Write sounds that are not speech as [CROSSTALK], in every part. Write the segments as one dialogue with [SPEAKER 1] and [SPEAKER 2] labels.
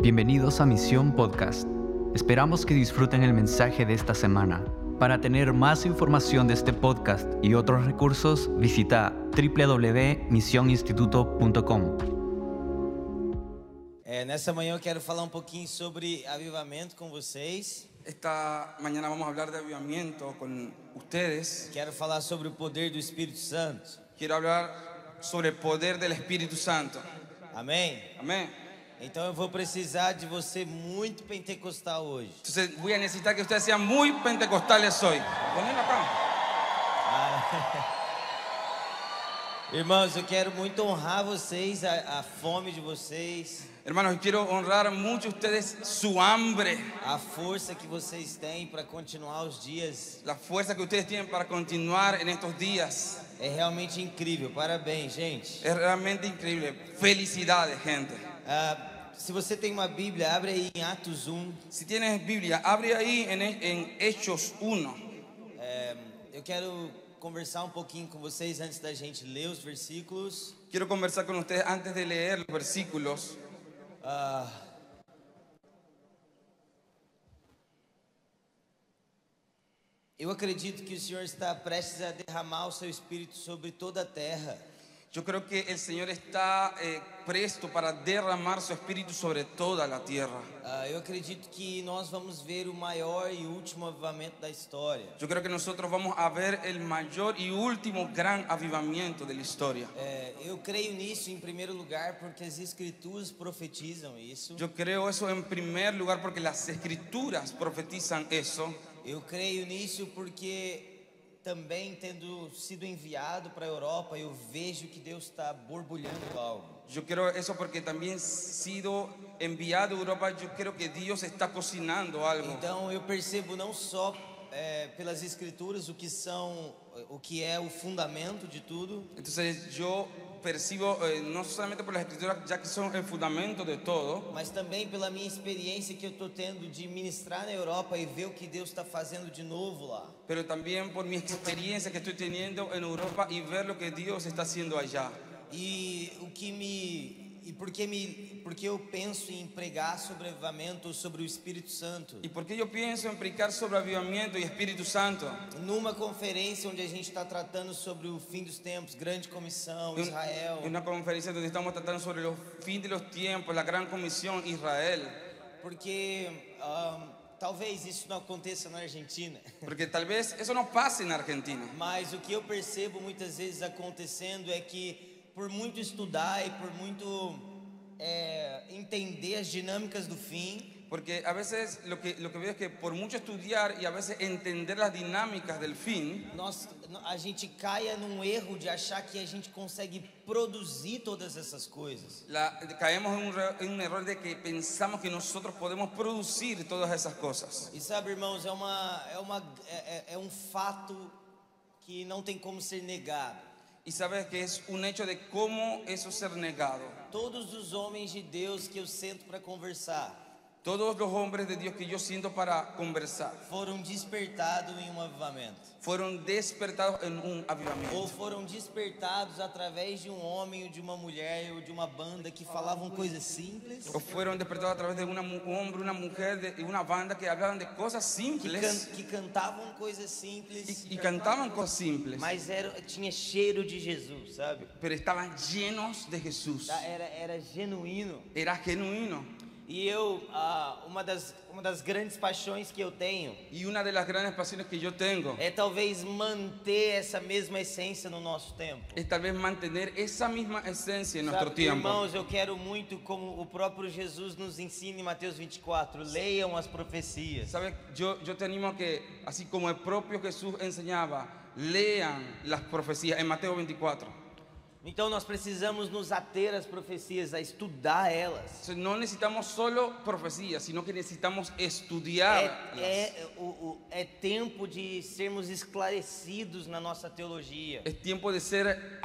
[SPEAKER 1] Bienvenidos a Misión Podcast. Esperamos que disfruten el mensaje de esta semana. Para tener más información de este podcast y otros recursos, visita www.misioninstituto.com.
[SPEAKER 2] É, nessa manhã eu quero falar um pouquinho sobre avivamento com vocês.
[SPEAKER 3] Esta mañana vamos a hablar de avivamiento con ustedes.
[SPEAKER 2] Quero falar sobre o poder do Espírito Santo.
[SPEAKER 3] Quiero hablar sobre el poder del Espíritu Santo.
[SPEAKER 2] Amém?
[SPEAKER 3] Amén.
[SPEAKER 2] Então eu vou precisar de você muito pentecostal hoje.
[SPEAKER 3] Entonces voy a necesitar que ustedes sean muy pentecostales hoy. Ponelo acá.
[SPEAKER 2] Irmãos, eu quero muito honrar vocês, a, a fome de vocês,
[SPEAKER 3] Hermanos, quiero honrar mucho a ustedes su hambre,
[SPEAKER 2] a força que vocês têm para continuar os dias.
[SPEAKER 3] la fuerza que ustedes tienen para continuar en estos días.
[SPEAKER 2] É realmente incrível. Parabéns, gente.
[SPEAKER 3] Es realmente increíble. Felicidades, gente.
[SPEAKER 2] Ah, se você tem uma Bíblia, abre aí em Atos 1.
[SPEAKER 3] Si tienes Biblia, abre ahí en, en Hechos 1.
[SPEAKER 2] É, eu quero conversar um pouquinho com vocês antes da gente ler os versículos.
[SPEAKER 3] Quiero conversar con ustedes antes de leer los versículos.
[SPEAKER 2] Eu acredito que o Senhor está prestes a derramar o seu espírito sobre toda a terra.
[SPEAKER 3] Yo creo que el Señor está eh, presto para derramar su espíritu sobre toda la tierra.
[SPEAKER 2] Ah, eu acredito que nós vamos ver o maior e último avivamento da história.
[SPEAKER 3] Yo creo que nosotros vamos a ver el mayor y último gran avivamiento de la historia.
[SPEAKER 2] É, eu creio nisso em primeiro lugar porque as escrituras profetizam isso.
[SPEAKER 3] Yo creo eso en primer lugar porque las escrituras profetizan eso.
[SPEAKER 2] Eu creio nisso porque também tendo sido enviado para a Europa, eu vejo que Deus está borbulhando algo.
[SPEAKER 3] Yo creo eso porque también sido enviado a Europa, yo creo que Dios está cocinando algo.
[SPEAKER 2] Então eu percebo não só é, pelas escrituras o que são, o que é o fundamento de tudo,
[SPEAKER 3] Entonces yo percibo, eh, no solamente por las escrituras, ya que son el fundamento de todo,
[SPEAKER 2] mas também pela minha experiência que eu estou tendo de ministrar na Europa e ver o que Deus está fazendo de novo lá.
[SPEAKER 3] pero también por mi experiencia que estoy teniendo en Europa y ver lo que Dios está haciendo allá.
[SPEAKER 2] E o que me e porque me porque eu penso em pregar sobre avivamento, sobre o Espírito Santo.
[SPEAKER 3] ¿Y por qué yo pienso en predicar sobre avivamiento y Espíritu Santo?
[SPEAKER 2] Numa conferência onde a gente está tratando sobre o fim dos tempos, Grande Comissão,
[SPEAKER 3] En
[SPEAKER 2] Israel,
[SPEAKER 3] en una conferencia donde estamos tratando sobre los fin de los tiempos, la gran comisión Israel.
[SPEAKER 2] porque ahn, talvez isso não aconteça na Argentina, [LAUGHS]
[SPEAKER 3] Porque tal vez eso no pase en Argentina.
[SPEAKER 2] mas o que eu percebo muitas vezes acontecendo é que, por muito estudar e por muito é, entender as dinâmicas do fim,
[SPEAKER 3] Porque a veces lo que, lo que veo es que por mucho estudiar y a veces entender las dinámicas del fin,
[SPEAKER 2] nós, a gente caia num erro de achar que a gente consegue produzir todas essas coisas.
[SPEAKER 3] la- caemos en un, re- en un error de que pensamos que nosotros podemos producir todas esas cosas.
[SPEAKER 2] E sabe, irmãos, é, uma, é, uma, é, é- é um fato que não tem como ser negado.
[SPEAKER 3] Y sabes que es un hecho de cómo eso ser negado.
[SPEAKER 2] Todos os homens de Deus que eu sento para conversar
[SPEAKER 3] Todos los hombres de Dios que yo siento para conversar
[SPEAKER 2] foram despertados em um avivamento.
[SPEAKER 3] fueron despertados en un avivamiento.
[SPEAKER 2] Ou foram despertados através de um homem ou de uma mulher ou de uma banda que falavam coisas simples,
[SPEAKER 3] O fueron despertados a través de una mu- un hombre, una mujer, de de una banda que hablaban de cosas
[SPEAKER 2] que, can-
[SPEAKER 3] simples
[SPEAKER 2] que cantavam coisas simples,
[SPEAKER 3] y, y cantaban cosas simples,
[SPEAKER 2] mas era, tinha cheiro de Jesus, sabe?
[SPEAKER 3] pero estaban llenos de Jesús.
[SPEAKER 2] Tá? Era, era genuíno.
[SPEAKER 3] Era genuino.
[SPEAKER 2] E eu, ah, uma, das, uma das grandes paixões que eu tenho
[SPEAKER 3] Y una de las grandes pasiones que yo tengo
[SPEAKER 2] é talvez manter essa mesma essência no nosso tempo.
[SPEAKER 3] es tal vez mantener esa misma esencia en nuestro
[SPEAKER 2] Sabe,
[SPEAKER 3] tiempo.
[SPEAKER 2] Irmãos, eu quero muito, como o próprio Jesus nos ensina em Mateus 24, leiam as profecias.
[SPEAKER 3] ¿Sabes? Yo, yo te animo a que, así como el propio Jesús enseñaba, lean las profecías en Mateo 24.
[SPEAKER 2] Então nós precisamos nos ater às profecias, a estudar elas.
[SPEAKER 3] Entonces, no necesitamos solo profecías, sino que necesitamos
[SPEAKER 2] É,
[SPEAKER 3] estudiar.
[SPEAKER 2] é, o, o- é tempo de sermos esclarecidos na nossa teologia.
[SPEAKER 3] Es tiempo de ser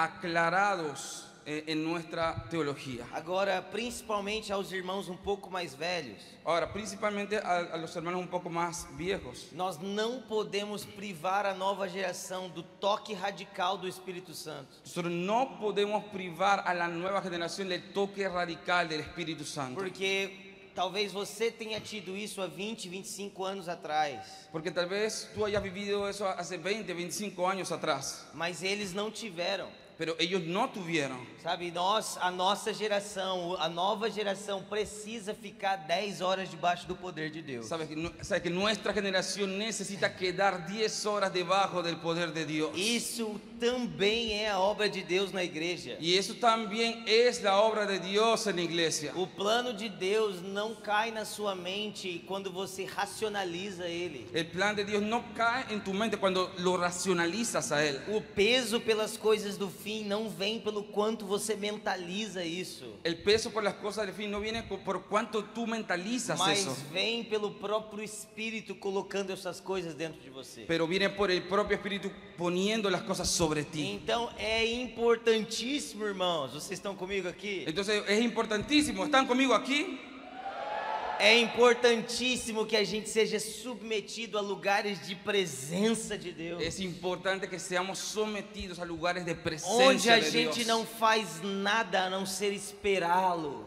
[SPEAKER 3] aclarados eh, en nuestra teología.
[SPEAKER 2] Agora, principalmente aos irmãos um pouco mais velhos,
[SPEAKER 3] Ahora, principalmente a, a los hermanos un poco más viejos.
[SPEAKER 2] nós não podemos privar a nova geração do toque radical do Espírito Santo.
[SPEAKER 3] Nosotros no podemos privar a la nueva generación del toque radical del Espíritu Santo.
[SPEAKER 2] Porque talvez você tenha tido isso há 20, 25 anos atrás,
[SPEAKER 3] Porque tal vez tú hayas vivido eso hace 20, 25 años atrás,
[SPEAKER 2] mas eles não tiveram.
[SPEAKER 3] pero ellos no tuvieron.
[SPEAKER 2] Sabe, nós, a nossa geração, a nova geração precisa ficar 10 horas debaixo do poder de Deus.
[SPEAKER 3] Sabes que, nu- sabes que nuestra generación necesita quedar 10 horas debajo del poder de Dios.
[SPEAKER 2] Isso também é a obra de Deus na igreja.
[SPEAKER 3] Y eso también es la obra de Dios en la iglesia.
[SPEAKER 2] O plano de Deus não cai na sua mente quando você racionaliza ele.
[SPEAKER 3] El plan de Dios no cae en tu mente cuando lo racionalizas a Él.
[SPEAKER 2] O peso pelas coisas do fim não vem pelo quanto você mentaliza isso,
[SPEAKER 3] El peso por las cosas del fin no viene co- por cuánto tú mentalizas
[SPEAKER 2] mas
[SPEAKER 3] eso,
[SPEAKER 2] vem pelo próprio espírito colocando essas coisas dentro de você.
[SPEAKER 3] pero viene por el propio Espíritu poniendo las cosas sobre ti.
[SPEAKER 2] Então é importantíssimo, irmãos. Vocês estão comigo aqui?
[SPEAKER 3] Entonces es importantísimo. ¿Están conmigo aquí?
[SPEAKER 2] É importantíssimo que a gente seja submetido a lugares de presença de Deus,
[SPEAKER 3] Es importante que seamos sometidos a lugares de
[SPEAKER 2] onde
[SPEAKER 3] presencia
[SPEAKER 2] a
[SPEAKER 3] de
[SPEAKER 2] gente
[SPEAKER 3] Dios,
[SPEAKER 2] não faz nada a não ser esperá-lo,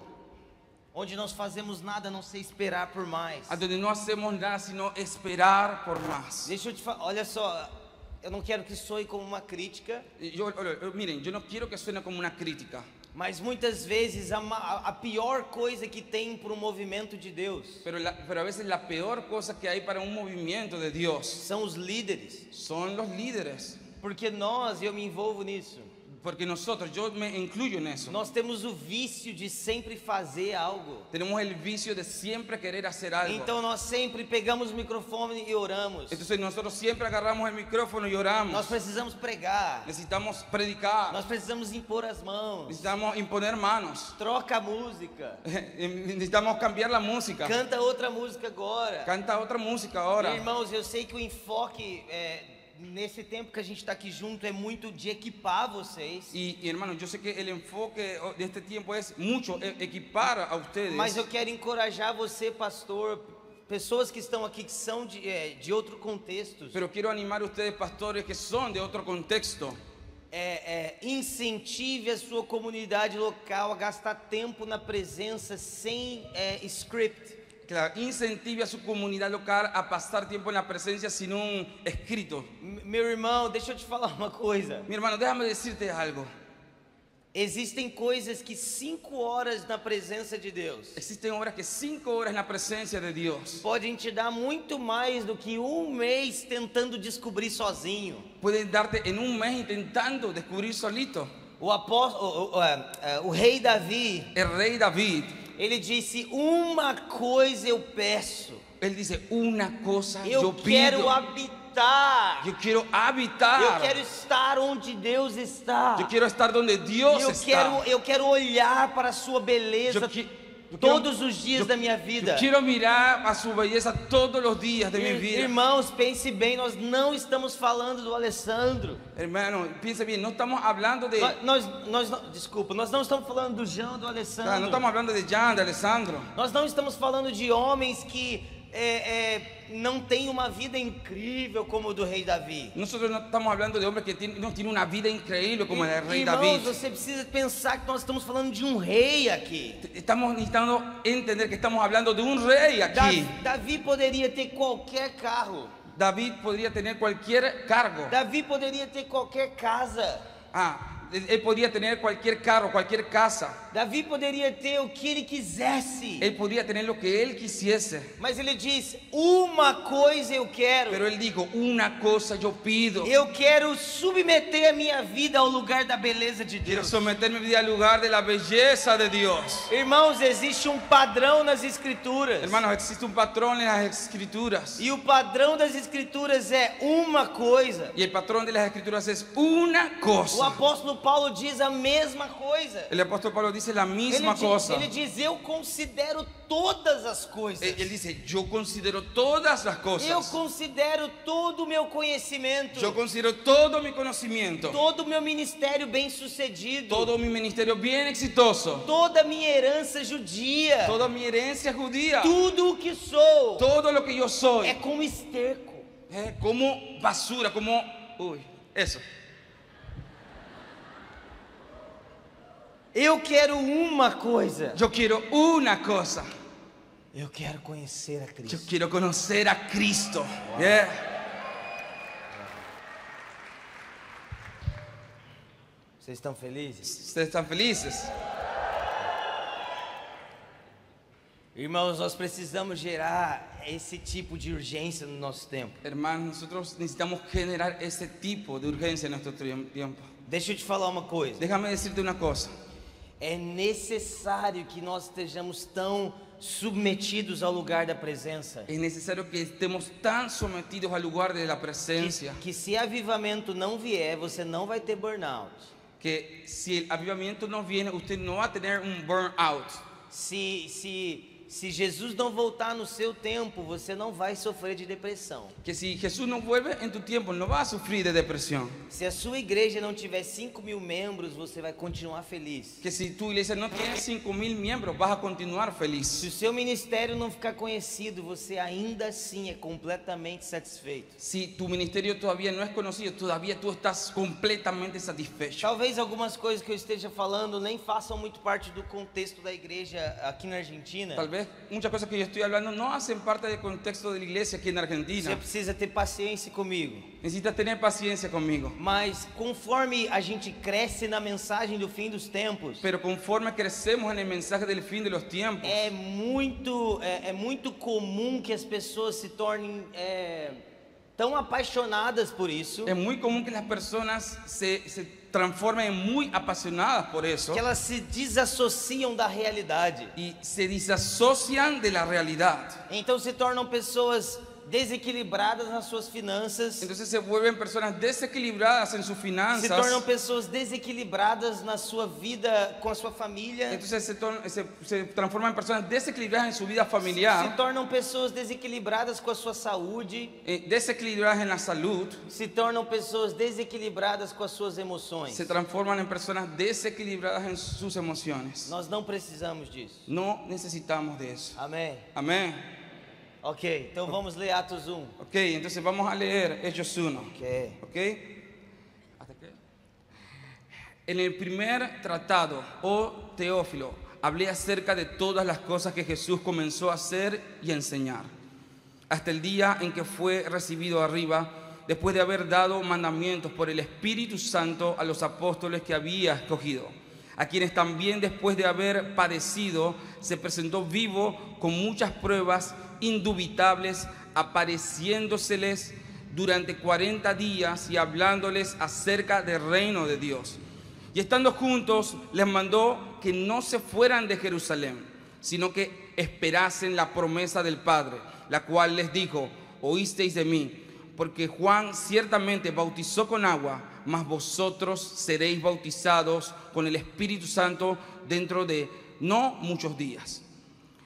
[SPEAKER 2] onde nós fazemos nada a não ser esperar por mais.
[SPEAKER 3] a donde no hacemos nada sino esperar por más.
[SPEAKER 2] Deixa eu te falar, olha só, eu não quero que soe como uma crítica,
[SPEAKER 3] Y Yo, yo- yo- miren, yo no quiero que suene como una crítica,
[SPEAKER 2] mas muitas vezes a, ma- a- a pior coisa que tem para o movimento de Deus
[SPEAKER 3] pero, la- pero a veces la peor cosa que hay para un movimiento de Dios
[SPEAKER 2] são os líderes,
[SPEAKER 3] son los líderes,
[SPEAKER 2] porque nós, eu me envolvo nisso,
[SPEAKER 3] porque nosotros, yo me incluyo en eso.
[SPEAKER 2] nós temos o vício de sempre fazer algo.
[SPEAKER 3] Tenemos el vicio de siempre querer hacer algo.
[SPEAKER 2] Então nós sempre pegamos o microfone e oramos.
[SPEAKER 3] Entonces nosotros siempre agarramos el micrófono y oramos.
[SPEAKER 2] Nós precisamos pregar.
[SPEAKER 3] Necesitamos predicar.
[SPEAKER 2] Nós precisamos impor as mãos.
[SPEAKER 3] Necesitamos imponer manos. [LAUGHS]
[SPEAKER 2] Troca a música.
[SPEAKER 3] Necesitamos cambiar la música.
[SPEAKER 2] Canta outra música agora.
[SPEAKER 3] Canta otra música ahora.
[SPEAKER 2] Irmãos, eu sei que o enfoque é, nesse tempo que a gente está aqui junto é muito de equipar vocês.
[SPEAKER 3] Y, y, hermano, yo sé que el enfoque de este tiempo es mucho e- equipar a ustedes.
[SPEAKER 2] Mas eu quero encorajar você, pastor, pessoas que estão aqui que são de, é, de outro contexto,
[SPEAKER 3] Pero quiero animar a ustedes, pastores, que son de otro contexto.
[SPEAKER 2] é, é, incentive a sua comunidade local a gastar tempo na presença sem é, script.
[SPEAKER 3] Claro, incentive a su comunidad local a pasar tiempo en la presencia sin un escrito.
[SPEAKER 2] M- Meu irmão, deixa eu te falar uma coisa.
[SPEAKER 3] Mi hermano, déjame decirte algo.
[SPEAKER 2] Existem coisas que cinco horas na presença de Deus
[SPEAKER 3] Existen obras que cinco horas en la presencia de Dios
[SPEAKER 2] podem te dar muito mais do que um mês tentando descobrir sozinho.
[SPEAKER 3] pueden darte en un mes intentando descubrir solito.
[SPEAKER 2] O apóstolo, o, o, é, é, o rei Davi,
[SPEAKER 3] El rey David,
[SPEAKER 2] ele disse: Uma coisa eu peço,
[SPEAKER 3] él dice una cosa,
[SPEAKER 2] eu,
[SPEAKER 3] yo,
[SPEAKER 2] quero
[SPEAKER 3] pido,
[SPEAKER 2] habitar,
[SPEAKER 3] yo quiero habitar,
[SPEAKER 2] eu quero estar onde Deus está,
[SPEAKER 3] Yo quiero estar donde Dios
[SPEAKER 2] eu
[SPEAKER 3] está.
[SPEAKER 2] quero, eu quero olhar para a sua beleza
[SPEAKER 3] Yo qui- yo quiero-
[SPEAKER 2] todos os dias
[SPEAKER 3] yo-
[SPEAKER 2] da minha
[SPEAKER 3] yo
[SPEAKER 2] vida. Eh,
[SPEAKER 3] quiero mirar a su belleza todos los días de mi
[SPEAKER 2] Ir-
[SPEAKER 3] vida.
[SPEAKER 2] Irmãos, pense bem, nós não estamos falando do Alessandro.
[SPEAKER 3] Hermano, piensa bien, no estamos hablando de,
[SPEAKER 2] Nós, nós, nós não- desculpa, nós não estamos falando do João, do
[SPEAKER 3] Ah, no
[SPEAKER 2] Alessandro.
[SPEAKER 3] estamos hablando de Jan, de Alessandro.
[SPEAKER 2] Nós não estamos falando de homens que é, é, não têm uma vida incrível como a do rei Davi.
[SPEAKER 3] Nosotros no estamos hablando de hombres que tienen, no, tienen una vida increíble como é, la del rey
[SPEAKER 2] Irmãos,
[SPEAKER 3] David.
[SPEAKER 2] você precisa pensar que nós estamos falando de um rei aqui.
[SPEAKER 3] Estamos necesitando entender que estamos hablando de un rey
[SPEAKER 2] Da-
[SPEAKER 3] aquí.
[SPEAKER 2] Davi poderia ter qualquer carro.
[SPEAKER 3] David podría tener cualquier cargo.
[SPEAKER 2] Davi poderia ter qualquer casa.
[SPEAKER 3] Ah, él él podría tener cualquier carro, cualquier casa.
[SPEAKER 2] Davi poderia ter o que ele quisesse.
[SPEAKER 3] Él podría tener lo que él quisiese.
[SPEAKER 2] Mas ele diz: Uma coisa eu quero.
[SPEAKER 3] Pero él dijo, una cosa yo pido.
[SPEAKER 2] Eu quero submeter a minha vida ao lugar da beleza de
[SPEAKER 3] Quiero
[SPEAKER 2] Deus.
[SPEAKER 3] someter mi vida al lugar de la belleza de Dios.
[SPEAKER 2] Irmãos, existe um padrão nas escrituras.
[SPEAKER 3] Hermanos, existe un patrón en las escrituras.
[SPEAKER 2] E o padrão das escrituras é uma coisa.
[SPEAKER 3] Y el patrón de las escrituras es una
[SPEAKER 2] O
[SPEAKER 3] cosa.
[SPEAKER 2] apóstolo Paulo diz a mesma coisa.
[SPEAKER 3] El apóstol Pablo dice la
[SPEAKER 2] Ele
[SPEAKER 3] misma
[SPEAKER 2] diz,
[SPEAKER 3] cosa.
[SPEAKER 2] ele diz, eu considero todas as coisas.
[SPEAKER 3] Él, Eh, él dice, yo considero todas las
[SPEAKER 2] Eu
[SPEAKER 3] cosas.
[SPEAKER 2] considero todo o meu conhecimento,
[SPEAKER 3] Yo considero todo mi conocimiento,
[SPEAKER 2] todo o meu ministério bem-sucedido,
[SPEAKER 3] todo mi ministerio bien exitoso,
[SPEAKER 2] toda a minha herança judia,
[SPEAKER 3] toda mi herencia judía,
[SPEAKER 2] tudo o que sou
[SPEAKER 3] todo lo que yo
[SPEAKER 2] é
[SPEAKER 3] soy,
[SPEAKER 2] como esterco.
[SPEAKER 3] eh, como basura, como... Uy, eso.
[SPEAKER 2] Eu quero uma coisa.
[SPEAKER 3] Yo quiero una cosa.
[SPEAKER 2] Eu quero conhecer a
[SPEAKER 3] Yo
[SPEAKER 2] Cristo.
[SPEAKER 3] quiero conocer a Cristo. Yeah.
[SPEAKER 2] Vocês estão felizes?
[SPEAKER 3] ¿Ustedes están felices?
[SPEAKER 2] Irmãos, nós precisamos gerar esse tipo de urgência no nosso tempo.
[SPEAKER 3] Hermanos, nosotros necesitamos generar ese tipo de urgencia en nuestro tri- tiempo.
[SPEAKER 2] Deixa eu te falar uma coisa.
[SPEAKER 3] Déjame decirte una cosa.
[SPEAKER 2] É necessário que nós estejamos tão submetidos ao lugar da presença.
[SPEAKER 3] Es necesario que estemos tan sometidos al lugar de la presencia
[SPEAKER 2] Que, que se avivamento não vier, você não vai ter burnout.
[SPEAKER 3] que si el avivamiento no viene, usted no va a tener un burnout.
[SPEAKER 2] Se, se, se Jesus não voltar no seu tempo, você não vai sofrer de depressão.
[SPEAKER 3] Que si Jesús no vuelve en tu tiempo, no vas a sufrir de depresión.
[SPEAKER 2] Se a sua igreja não tiver 5 mil membros, você vai continuar feliz.
[SPEAKER 3] Que si tu iglesia no tiene 5.000 miembros, vas a continuar
[SPEAKER 2] Se
[SPEAKER 3] feliz.
[SPEAKER 2] o seu ministério não ficar conhecido, você ainda assim é completamente satisfeito.
[SPEAKER 3] Si tu ministerio todavía no es conocido, todavía tú estás completamente satisfecho.
[SPEAKER 2] Talvez algumas coisas que eu esteja falando nem façam muito parte do contexto da igreja aqui na Argentina.
[SPEAKER 3] Tal vez muchas cosas que yo estoy hablando no hacen parte del contexto de la iglesia aquí en
[SPEAKER 2] Você
[SPEAKER 3] Argentina.
[SPEAKER 2] precisa ter paciência comigo.
[SPEAKER 3] Necesitas tener paciencia conmigo.
[SPEAKER 2] Mas conforme a gente cresce na mensagem do fim dos tempos,
[SPEAKER 3] Pero conforme crecemos en el mensaje del fin de los tiempos,
[SPEAKER 2] é muito, é, é muito comum que as pessoas se tornem é, tão apaixonadas por isso
[SPEAKER 3] es muy común que las personas se, se transformen en muy apasionadas por eso
[SPEAKER 2] que elas se desassociam da realidade.
[SPEAKER 3] y se desasocian de la realidad.
[SPEAKER 2] Então se tornam pessoas desequilibradas nas suas finanças,
[SPEAKER 3] Entonces se vuelven personas desequilibradas en sus
[SPEAKER 2] se tornam
[SPEAKER 3] finanzas.
[SPEAKER 2] pessoas desequilibradas na sua vida com a sua família,
[SPEAKER 3] Entonces Então, se, tor- se- se transforman en personas desequilibradas en su vida
[SPEAKER 2] se
[SPEAKER 3] familiar,
[SPEAKER 2] tornam pessoas desequilibradas com a sua saúde.
[SPEAKER 3] eh, desequilibradas en la salud,
[SPEAKER 2] se tornam pessoas desequilibradas com as suas emoções.
[SPEAKER 3] se transforman en personas desequilibradas en sus emociones.
[SPEAKER 2] Nós não precisamos disso.
[SPEAKER 3] No necesitamos de eso.
[SPEAKER 2] Amém?
[SPEAKER 3] Amén.
[SPEAKER 2] Ok, então vamos ler Atos é, 1.
[SPEAKER 3] Ok, entonces vamos a leer Hechos 1.
[SPEAKER 2] Ok.
[SPEAKER 3] ¿Ok? ¿Hasta qué? En el primer tratado, oh Teófilo, hablé acerca de todas las cosas que Jesús comenzó a hacer y a enseñar, hasta el día en que fue recibido arriba, después de haber dado mandamientos por el Espíritu Santo a los apóstoles que había escogido, a quienes también después de haber padecido, se presentó vivo con muchas pruebas indubitables, apareciéndoseles durante 40 días y hablándoles acerca del reino de Dios. Y estando juntos, les mandó que no se fueran de Jerusalén, sino que esperasen la promesa del Padre, la cual les dijo, oísteis de mí, porque Juan ciertamente bautizó con agua, mas vosotros seréis bautizados con el Espíritu Santo dentro de no muchos días.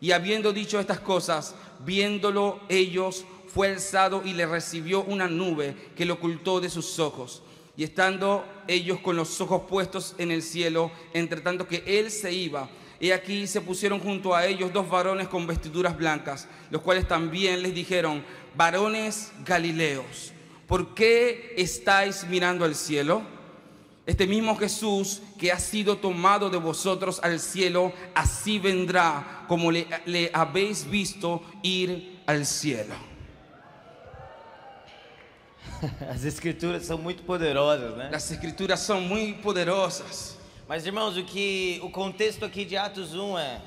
[SPEAKER 3] Y habiendo dicho estas cosas, viéndolo ellos, fue alzado y le recibió una nube que lo ocultó de sus ojos. Y estando ellos con los ojos puestos en el cielo, entre tanto que él se iba, he aquí se pusieron junto a ellos dos varones con vestiduras blancas, los cuales también les dijeron, varones galileos, ¿por qué estáis mirando al cielo? Este mismo Jesús que ha sido tomado de vosotros al cielo, así vendrá como le, le habéis visto ir al cielo.
[SPEAKER 2] As escrituras são muito poderosas, né?
[SPEAKER 3] Las escrituras son muy poderosas.
[SPEAKER 2] Mas irmãos, o que o contexto aqui de Atos 1 é,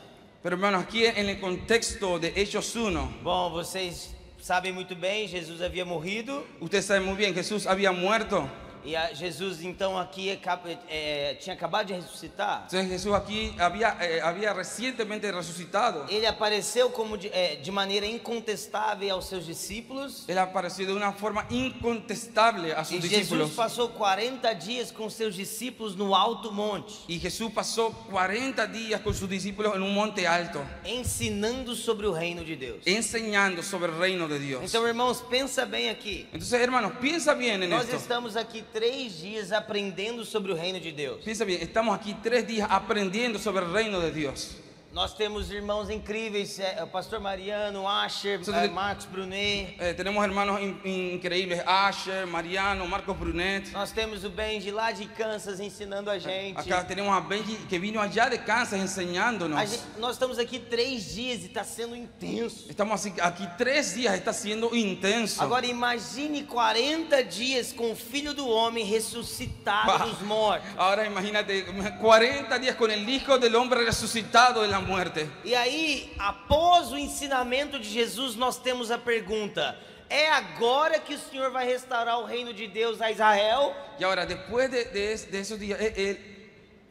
[SPEAKER 3] Pero hermanos, aquí en el contexto de Hechos 1,
[SPEAKER 2] bom, vocês sabem muito bem, Jesus havia morrido,
[SPEAKER 3] ustedes saben muy bien, Jesús había muerto
[SPEAKER 2] E a Jesus, então, aqui acaba- é, tinha acabado de ressuscitar.
[SPEAKER 3] Entonces Jesús aquí había, eh, había recientemente resucitado.
[SPEAKER 2] Ele apareceu como de, é, de maneira incontestável aos seus discípulos.
[SPEAKER 3] Él apareció de una forma incontestable a
[SPEAKER 2] E
[SPEAKER 3] sus
[SPEAKER 2] Jesus
[SPEAKER 3] discípulos.
[SPEAKER 2] passou 40 dias com seus discípulos no alto monte,
[SPEAKER 3] Y Jesús pasó 40 días con sus discípulos en un monte alto,
[SPEAKER 2] ensinando sobre o reino de Deus.
[SPEAKER 3] enseñando sobre el reino de Dios.
[SPEAKER 2] Então, irmãos, pensa bem aqui.
[SPEAKER 3] Entonces, hermanos, piensa bien en
[SPEAKER 2] Nós
[SPEAKER 3] esto.
[SPEAKER 2] estamos aqui três dias aprendendo sobre o reino de Deus.
[SPEAKER 3] Piensa bien, estamos aquí tres días aprendiendo sobre el reino de Dios.
[SPEAKER 2] Nós temos irmãos incríveis, é, o pastor Mariano, Asher,
[SPEAKER 3] So
[SPEAKER 2] é,
[SPEAKER 3] the-
[SPEAKER 2] Marcos Brunet.
[SPEAKER 3] Eh, tenemos hermanos in- increíbles, Asher, Mariano, Marcos Brunet.
[SPEAKER 2] Nós temos o Benji lá de Kansas ensinando a gente.
[SPEAKER 3] Acá tenemos a Benji que vino allá de Kansas
[SPEAKER 2] A
[SPEAKER 3] enseñándonos.
[SPEAKER 2] gente- nós estamos aqui três dias e está sendo intenso.
[SPEAKER 3] Estamos así- aquí tres días, está siendo intenso.
[SPEAKER 2] Agora imagine 40 dias com o Filho do Homem ressuscitado
[SPEAKER 3] Bah.
[SPEAKER 2] dos mortos.
[SPEAKER 3] Ahora imagínate, 40 días con el Hijo del Hombre resucitado de la muerte.
[SPEAKER 2] E aí, após o ensinamento de Jesus, nós temos a pergunta: é agora que o Senhor vai restaurar o reino de Deus a Israel? [LAUGHS]
[SPEAKER 3] Y ahora, después de, de es- de esos días, eh, él-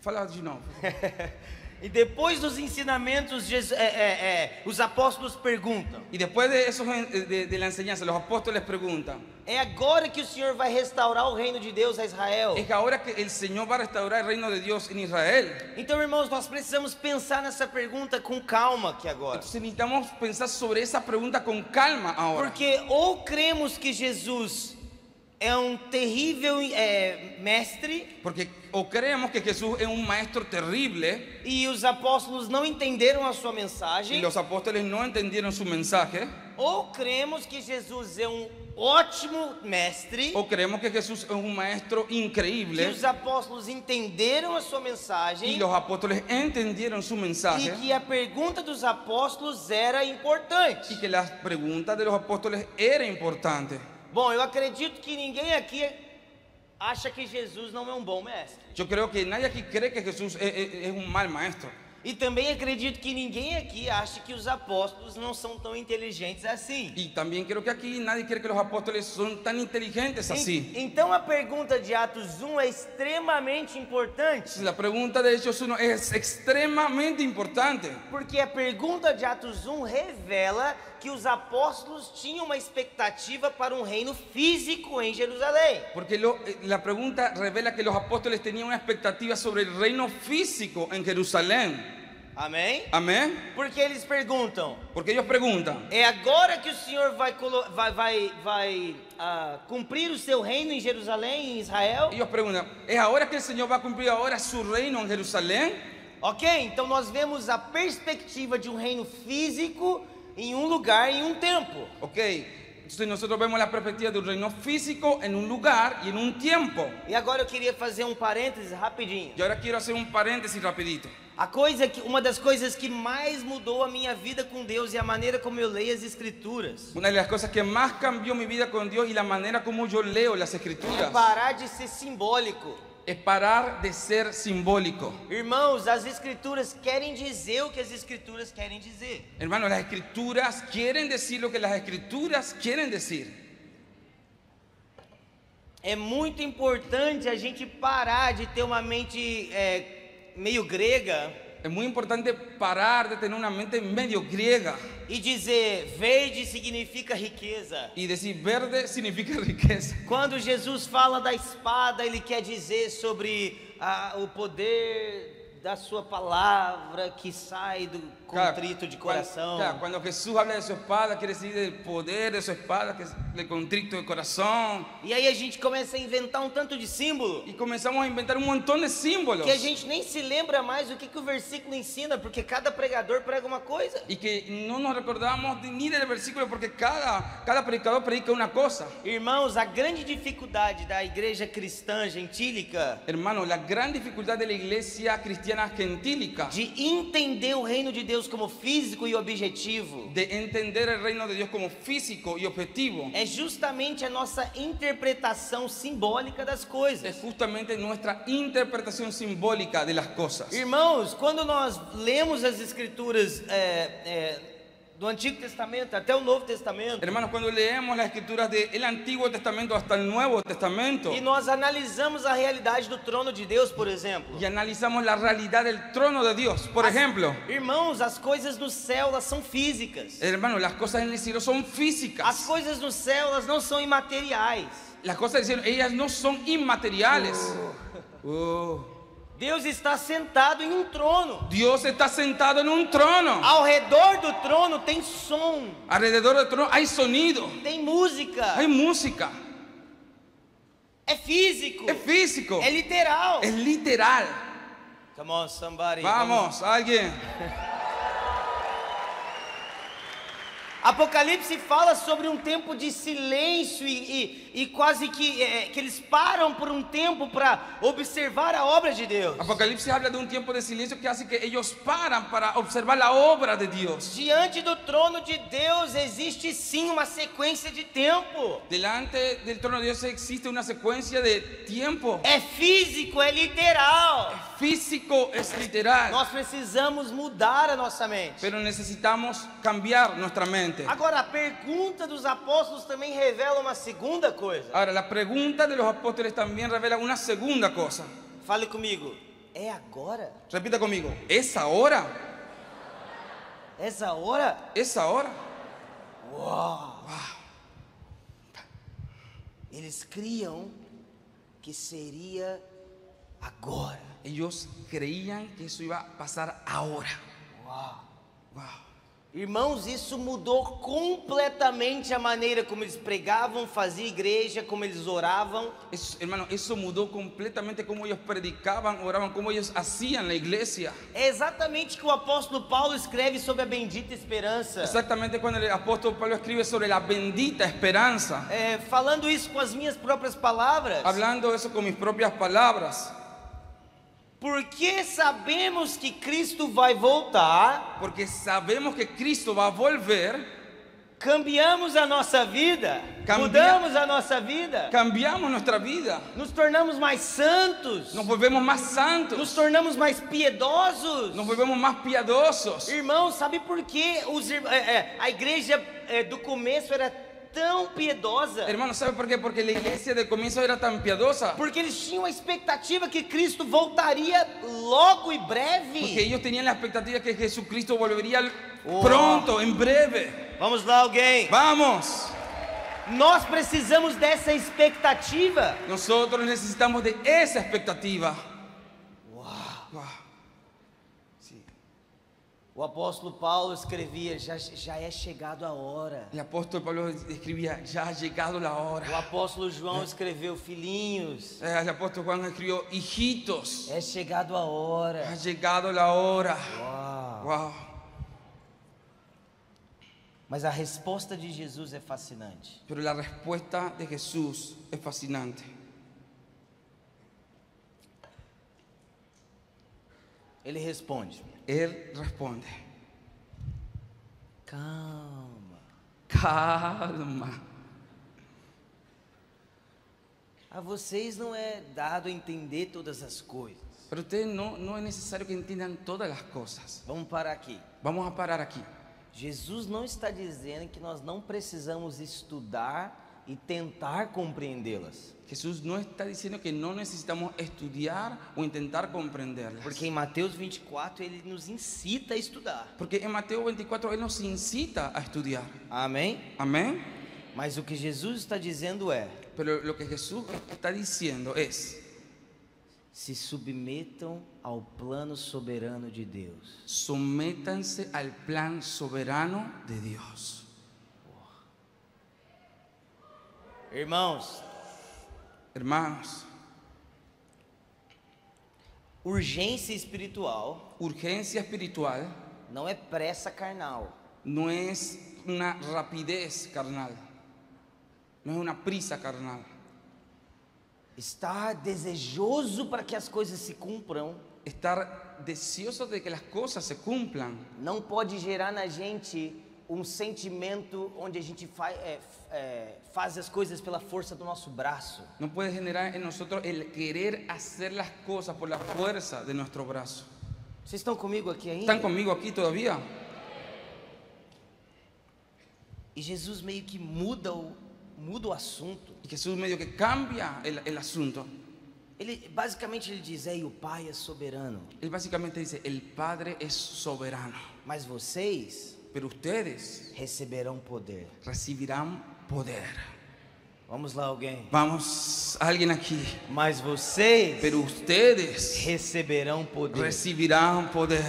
[SPEAKER 3] fala de novo.
[SPEAKER 2] E depois dos ensinamentos, Jesu- é, é, é, os apóstolos perguntam:
[SPEAKER 3] Y después de, esos, en- de, de la enseñanza, los apóstoles preguntan,
[SPEAKER 2] é agora que o Senhor vai restaurar o reino de Deus a Israel?
[SPEAKER 3] es que ahora que el Señor va a restaurar el reino de Dios en Israel.
[SPEAKER 2] Então, irmãos, nós precisamos pensar nessa pergunta com calma aqui agora.
[SPEAKER 3] Entonces necesitamos pensar sobre esa pregunta con calma ahora.
[SPEAKER 2] Porque ou cremos que Jesus é um terrível é, mestre
[SPEAKER 3] Porque o creemos que Jesús es un maestro terrible
[SPEAKER 2] e os apóstolos não entenderam a sua
[SPEAKER 3] y
[SPEAKER 2] mensagem,
[SPEAKER 3] los apóstoles no entendieron su mensaje,
[SPEAKER 2] ou cremos que Jesus é um ótimo mestre
[SPEAKER 3] o creemos que Jesús es un maestro
[SPEAKER 2] que
[SPEAKER 3] increíble
[SPEAKER 2] os apóstolos entenderam a sua
[SPEAKER 3] y
[SPEAKER 2] mensagem
[SPEAKER 3] los apóstoles entendieron su mensaje
[SPEAKER 2] e que a pergunta dos apóstolos era importante.
[SPEAKER 3] y que las preguntas de los apóstoles eran importantes.
[SPEAKER 2] Bom, eu acredito que ninguém aqui acha que Jesus não é um bom mestre.
[SPEAKER 3] Yo creo que nadie aquí cree que Jesús es, es- es un mal maestro.
[SPEAKER 2] E também acredito que ninguém aqui acha que os apóstolos não são tão inteligentes assim.
[SPEAKER 3] Y también creo que aquí nadie cree que los apóstoles son tan inteligentes así.
[SPEAKER 2] En- Então a pergunta de Atos 1 é extremamente importante,
[SPEAKER 3] La pregunta de Hechos 1 es extremadamente importante.
[SPEAKER 2] porque a pergunta de Atos 1 revela que os apóstolos tinham uma expectativa para um reino físico em Jerusalém.
[SPEAKER 3] Porque lo- eh, la pregunta revela que los apóstoles tenían una expectativa sobre el reino físico en Jerusalén.
[SPEAKER 2] Amém?
[SPEAKER 3] Amén.
[SPEAKER 2] Porque eles perguntam:
[SPEAKER 3] Porque ellos preguntan,
[SPEAKER 2] é agora que o Senhor vai, colo- vai, vai, vai ah, cumprir o seu reino em Jerusalém, em Israel?
[SPEAKER 3] ellos preguntan, ¿es ahora que el Señor va a cumplir ahora su reino en Jerusalén?
[SPEAKER 2] Ok, então nós vemos a perspectiva de um reino físico em um lugar, em um tempo.
[SPEAKER 3] Ok, entonces nosotros vemos la perspectiva de un reino físico en un lugar y en un tiempo.
[SPEAKER 2] E agora eu queria fazer um parêntese rapidinho.
[SPEAKER 3] Y ahora quiero hacer un paréntesis rapidito.
[SPEAKER 2] A coisa que, uma das coisas que mais mudou a minha vida com Deus e a maneira como eu leio as escrituras
[SPEAKER 3] Una de las cosas que más cambió mi vida con Dios y la manera como yo leo las
[SPEAKER 2] é
[SPEAKER 3] escrituras
[SPEAKER 2] parar de ser simbólico.
[SPEAKER 3] es parar de ser simbólico.
[SPEAKER 2] Irmãos, as escrituras querem dizer o que as escrituras querem dizer.
[SPEAKER 3] Hermano, las escrituras quieren decir lo que las escrituras quieren decir.
[SPEAKER 2] É muito importante a gente parar de ter uma mente é, meio grega
[SPEAKER 3] Es muy importante parar de tener una mente medio griega
[SPEAKER 2] e dizer verde significa riqueza.
[SPEAKER 3] y decir verde significa [LAUGHS] riqueza.
[SPEAKER 2] Quando Jesus fala da espada, ele quer dizer sobre ah, o poder da sua palavra que sai do
[SPEAKER 3] Claro,
[SPEAKER 2] contrito de
[SPEAKER 3] cuan-
[SPEAKER 2] coração.
[SPEAKER 3] claro, cuando Jesús habla de su espada, quiere decir del poder de su espada, que es el contrito de corazón.
[SPEAKER 2] E aí a gente começa a inventar um tanto de símbolo
[SPEAKER 3] Y comenzamos a inventar un montón de símbolos.
[SPEAKER 2] que a gente nem se lembra mais o que, que o versículo ensina, porque cada pregador prega uma coisa.
[SPEAKER 3] Y que no nos recordamos de- ni del versículo porque cada, cada predicador predica una cosa.
[SPEAKER 2] Irmãos, a grande dificuldade da igreja cristã gentílica
[SPEAKER 3] Hermano, la gran dificultad de la iglesia cristiana gentílica
[SPEAKER 2] de entender o reino de Deus como físico e objetivo
[SPEAKER 3] de entender el reino de Dios como físico y objetivo
[SPEAKER 2] é justamente a nossa interpretação simbólica das coisas.
[SPEAKER 3] es justamente nuestra interpretación simbólica de las cosas.
[SPEAKER 2] Irmãos, quando nós lemos as escrituras é, é, do Antigo Testamento até o Novo Testamento.
[SPEAKER 3] Hermanos, cuando leemos las escrituras del Antiguo Testamento hasta el Nuevo Testamento
[SPEAKER 2] E nós analisamos a realidade do trono de Deus, por exemplo.
[SPEAKER 3] y analizamos la realidad del trono de Dios, por ejemplo,
[SPEAKER 2] Irmãos, as coisas no céu, elas são físicas.
[SPEAKER 3] hermanos, las cosas en el cielo son
[SPEAKER 2] As
[SPEAKER 3] físicas.
[SPEAKER 2] coisas no céu, elas não são imateriais.
[SPEAKER 3] Las cosas del cielo, ellas no son inmateriales. Oh.
[SPEAKER 2] Deus está sentado em um trono.
[SPEAKER 3] Dios está sentado en un trono.
[SPEAKER 2] Ao redor do trono tem som,
[SPEAKER 3] Alrededor del trono hay sonido,
[SPEAKER 2] tem música.
[SPEAKER 3] hay música,
[SPEAKER 2] É físico.
[SPEAKER 3] es físico,
[SPEAKER 2] É literal.
[SPEAKER 3] es literal.
[SPEAKER 2] Come on, somebody.
[SPEAKER 3] Vamos, alguien.
[SPEAKER 2] Apocalipse fala sobre um tempo de silêncio e, e, e quase que, é, que eles param por um tempo para observar a obra de Deus.
[SPEAKER 3] Apocalipsis habla de un tiempo de silencio que hace que ellos paran para observar la obra de Dios.
[SPEAKER 2] Diante do trono de Deus existe sim uma sequência de tempo.
[SPEAKER 3] Delante del trono de Dios existe una secuencia de tiempo.
[SPEAKER 2] É físico, é literal.
[SPEAKER 3] Físico es literal,
[SPEAKER 2] Nós precisamos mudar a nossa mente.
[SPEAKER 3] pero necesitamos cambiar nuestra mente.
[SPEAKER 2] Agora, a pergunta dos apóstolos também revela uma segunda coisa.
[SPEAKER 3] Ahora, la pregunta de los apóstoles también revela una segunda cosa.
[SPEAKER 2] Fale comigo. É agora?
[SPEAKER 3] Repita conmigo, ¿es ahora?
[SPEAKER 2] Essa hora?
[SPEAKER 3] ¿Es ahora?
[SPEAKER 2] Eles criam que seria agora.
[SPEAKER 3] Ellos creían que eso iba a pasar ahora. Wow.
[SPEAKER 2] Irmãos, isso mudou completamente a maneira como eles pregavam, faziam igreja, como eles oravam.
[SPEAKER 3] Eso, hermano, eso mudó completamente cómo ellos predicaban, oraban, cómo ellos hacían la iglesia.
[SPEAKER 2] É exatamente o que o apóstolo Paulo escreve sobre a bendita esperança.
[SPEAKER 3] Exactamente cuando el apóstol Pablo escribe sobre la bendita esperanza,
[SPEAKER 2] É, falando isso com as minhas próprias palavras.
[SPEAKER 3] hablando eso con mis propias palabras,
[SPEAKER 2] Porque sabemos que Cristo vai voltar,
[SPEAKER 3] porque sabemos que Cristo va a volver,
[SPEAKER 2] cambiamos a nossa vida,
[SPEAKER 3] Cambia-
[SPEAKER 2] mudamos a nossa vida,
[SPEAKER 3] cambiamos nuestra vida,
[SPEAKER 2] nos tornamos mais santos,
[SPEAKER 3] nos volvemos más
[SPEAKER 2] nos
[SPEAKER 3] santos,
[SPEAKER 2] tornamos mais piedosos.
[SPEAKER 3] nos volvemos más piadosos.
[SPEAKER 2] Irmão, sabe por que os ir- é, é, a igreja é, do começo era tão piedosa?
[SPEAKER 3] Hermano, ¿sabe por qué? Porque la iglesia de comienzo era tan piadosa.
[SPEAKER 2] Porque eles tinham a expectativa que Cristo voltaria logo e
[SPEAKER 3] Porque
[SPEAKER 2] breve.
[SPEAKER 3] ellos tenían la expectativa que Jesucristo volvería
[SPEAKER 2] Oh.
[SPEAKER 3] pronto, en breve.
[SPEAKER 2] Vamos lá, alguém.
[SPEAKER 3] Vamos.
[SPEAKER 2] Nós precisamos dessa expectativa.
[SPEAKER 3] Nosotros necesitamos de esa expectativa. Wow.
[SPEAKER 2] O apóstolo Paulo escrevia: já, já é chegado a hora.
[SPEAKER 3] El apóstol Pablo escribía, ya ha llegado la
[SPEAKER 2] O
[SPEAKER 3] hora.
[SPEAKER 2] apóstolo João escreveu: filhinhos,
[SPEAKER 3] Eh, El apóstol Juan escribió, hijitos,
[SPEAKER 2] é chegado a hora.
[SPEAKER 3] ha llegado la hora.
[SPEAKER 2] Uau.
[SPEAKER 3] Wow.
[SPEAKER 2] Mas a resposta de Jesus é fascinante.
[SPEAKER 3] Pero la respuesta de Jesús es fascinante.
[SPEAKER 2] Ele responde:
[SPEAKER 3] Él responde,
[SPEAKER 2] calma.
[SPEAKER 3] calma.
[SPEAKER 2] A vocês não é dado entender todas as coisas.
[SPEAKER 3] Pero ustedes no, no es necesario que entiendan todas las cosas.
[SPEAKER 2] Vamos parar aqui.
[SPEAKER 3] Vamos a parar aquí.
[SPEAKER 2] Jesus não está dizendo que nós não precisamos estudar e tentar compreendê-las.
[SPEAKER 3] Jesús no está diciendo que no necesitamos estudiar o intentar comprenderlas.
[SPEAKER 2] Porque em Mateus 24 ele nos incita a estudar.
[SPEAKER 3] Porque en Mateo 24 Él nos incita a estudiar.
[SPEAKER 2] Amém?
[SPEAKER 3] Amén.
[SPEAKER 2] Mas o que Jesus está dizendo é:
[SPEAKER 3] Pero lo que Jesús está diciendo es,
[SPEAKER 2] se submetam ao plano soberano de Deus.
[SPEAKER 3] sométanse al plan soberano de Dios.
[SPEAKER 2] Irmãos,
[SPEAKER 3] Hermanos,
[SPEAKER 2] urgência espiritual
[SPEAKER 3] urgencia espiritual
[SPEAKER 2] não é pressa carnal.
[SPEAKER 3] no es una rapidez carnal, no es una prisa carnal.
[SPEAKER 2] Estar desejoso para que as coisas se cumpram
[SPEAKER 3] Estar deseoso de que las cosas se cumplan
[SPEAKER 2] não pode gerar na gente um sentimento onde a gente fa- é, f- é, faz as coisas pela força do nosso braço.
[SPEAKER 3] no puede generar en nosotros el querer hacer las cosas por la fuerza de nuestro brazo.
[SPEAKER 2] Vocês estão comigo aqui ainda?
[SPEAKER 3] ¿Están conmigo aquí todavía?
[SPEAKER 2] E Jesus meio que muda o, muda o assunto.
[SPEAKER 3] Y Jesús medio que cambia el, el asunto.
[SPEAKER 2] Ele basicamente ele diz: "Ei, o Pai é soberano,
[SPEAKER 3] Él básicamente dice, el Padre es soberano,
[SPEAKER 2] mas vocês
[SPEAKER 3] pero ustedes
[SPEAKER 2] receberão poder".
[SPEAKER 3] recibirán poder.
[SPEAKER 2] Vamos lá, alguém.
[SPEAKER 3] Vamos, alguien aquí,
[SPEAKER 2] Mas vocês
[SPEAKER 3] pero ustedes
[SPEAKER 2] receberão poder.
[SPEAKER 3] recibirán poder.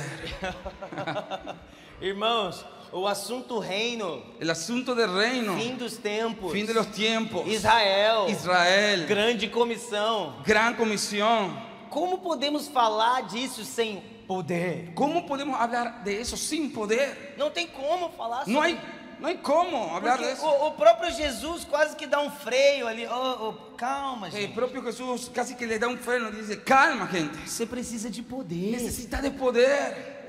[SPEAKER 2] [LAUGHS] Irmãos, o assunto reino,
[SPEAKER 3] El asunto del reino,
[SPEAKER 2] fim dos tempos,
[SPEAKER 3] fin de los tiempos,
[SPEAKER 2] Israel,
[SPEAKER 3] Israel,
[SPEAKER 2] grande comissão.
[SPEAKER 3] gran comisión.
[SPEAKER 2] Como podemos falar disso sem poder?
[SPEAKER 3] ¿Cómo podemos hablar de eso sin poder?
[SPEAKER 2] Não tem como falar
[SPEAKER 3] No
[SPEAKER 2] sobre
[SPEAKER 3] hay, no hay cómo hablar
[SPEAKER 2] Porque
[SPEAKER 3] de eso.
[SPEAKER 2] o, o próprio Jesus quase que dá um freio ali. Ô, ô, calma,
[SPEAKER 3] El
[SPEAKER 2] gente.
[SPEAKER 3] propio Jesús casi que le da un freno y dice, calma gente,
[SPEAKER 2] Você precisa de poder.
[SPEAKER 3] necesita de poder.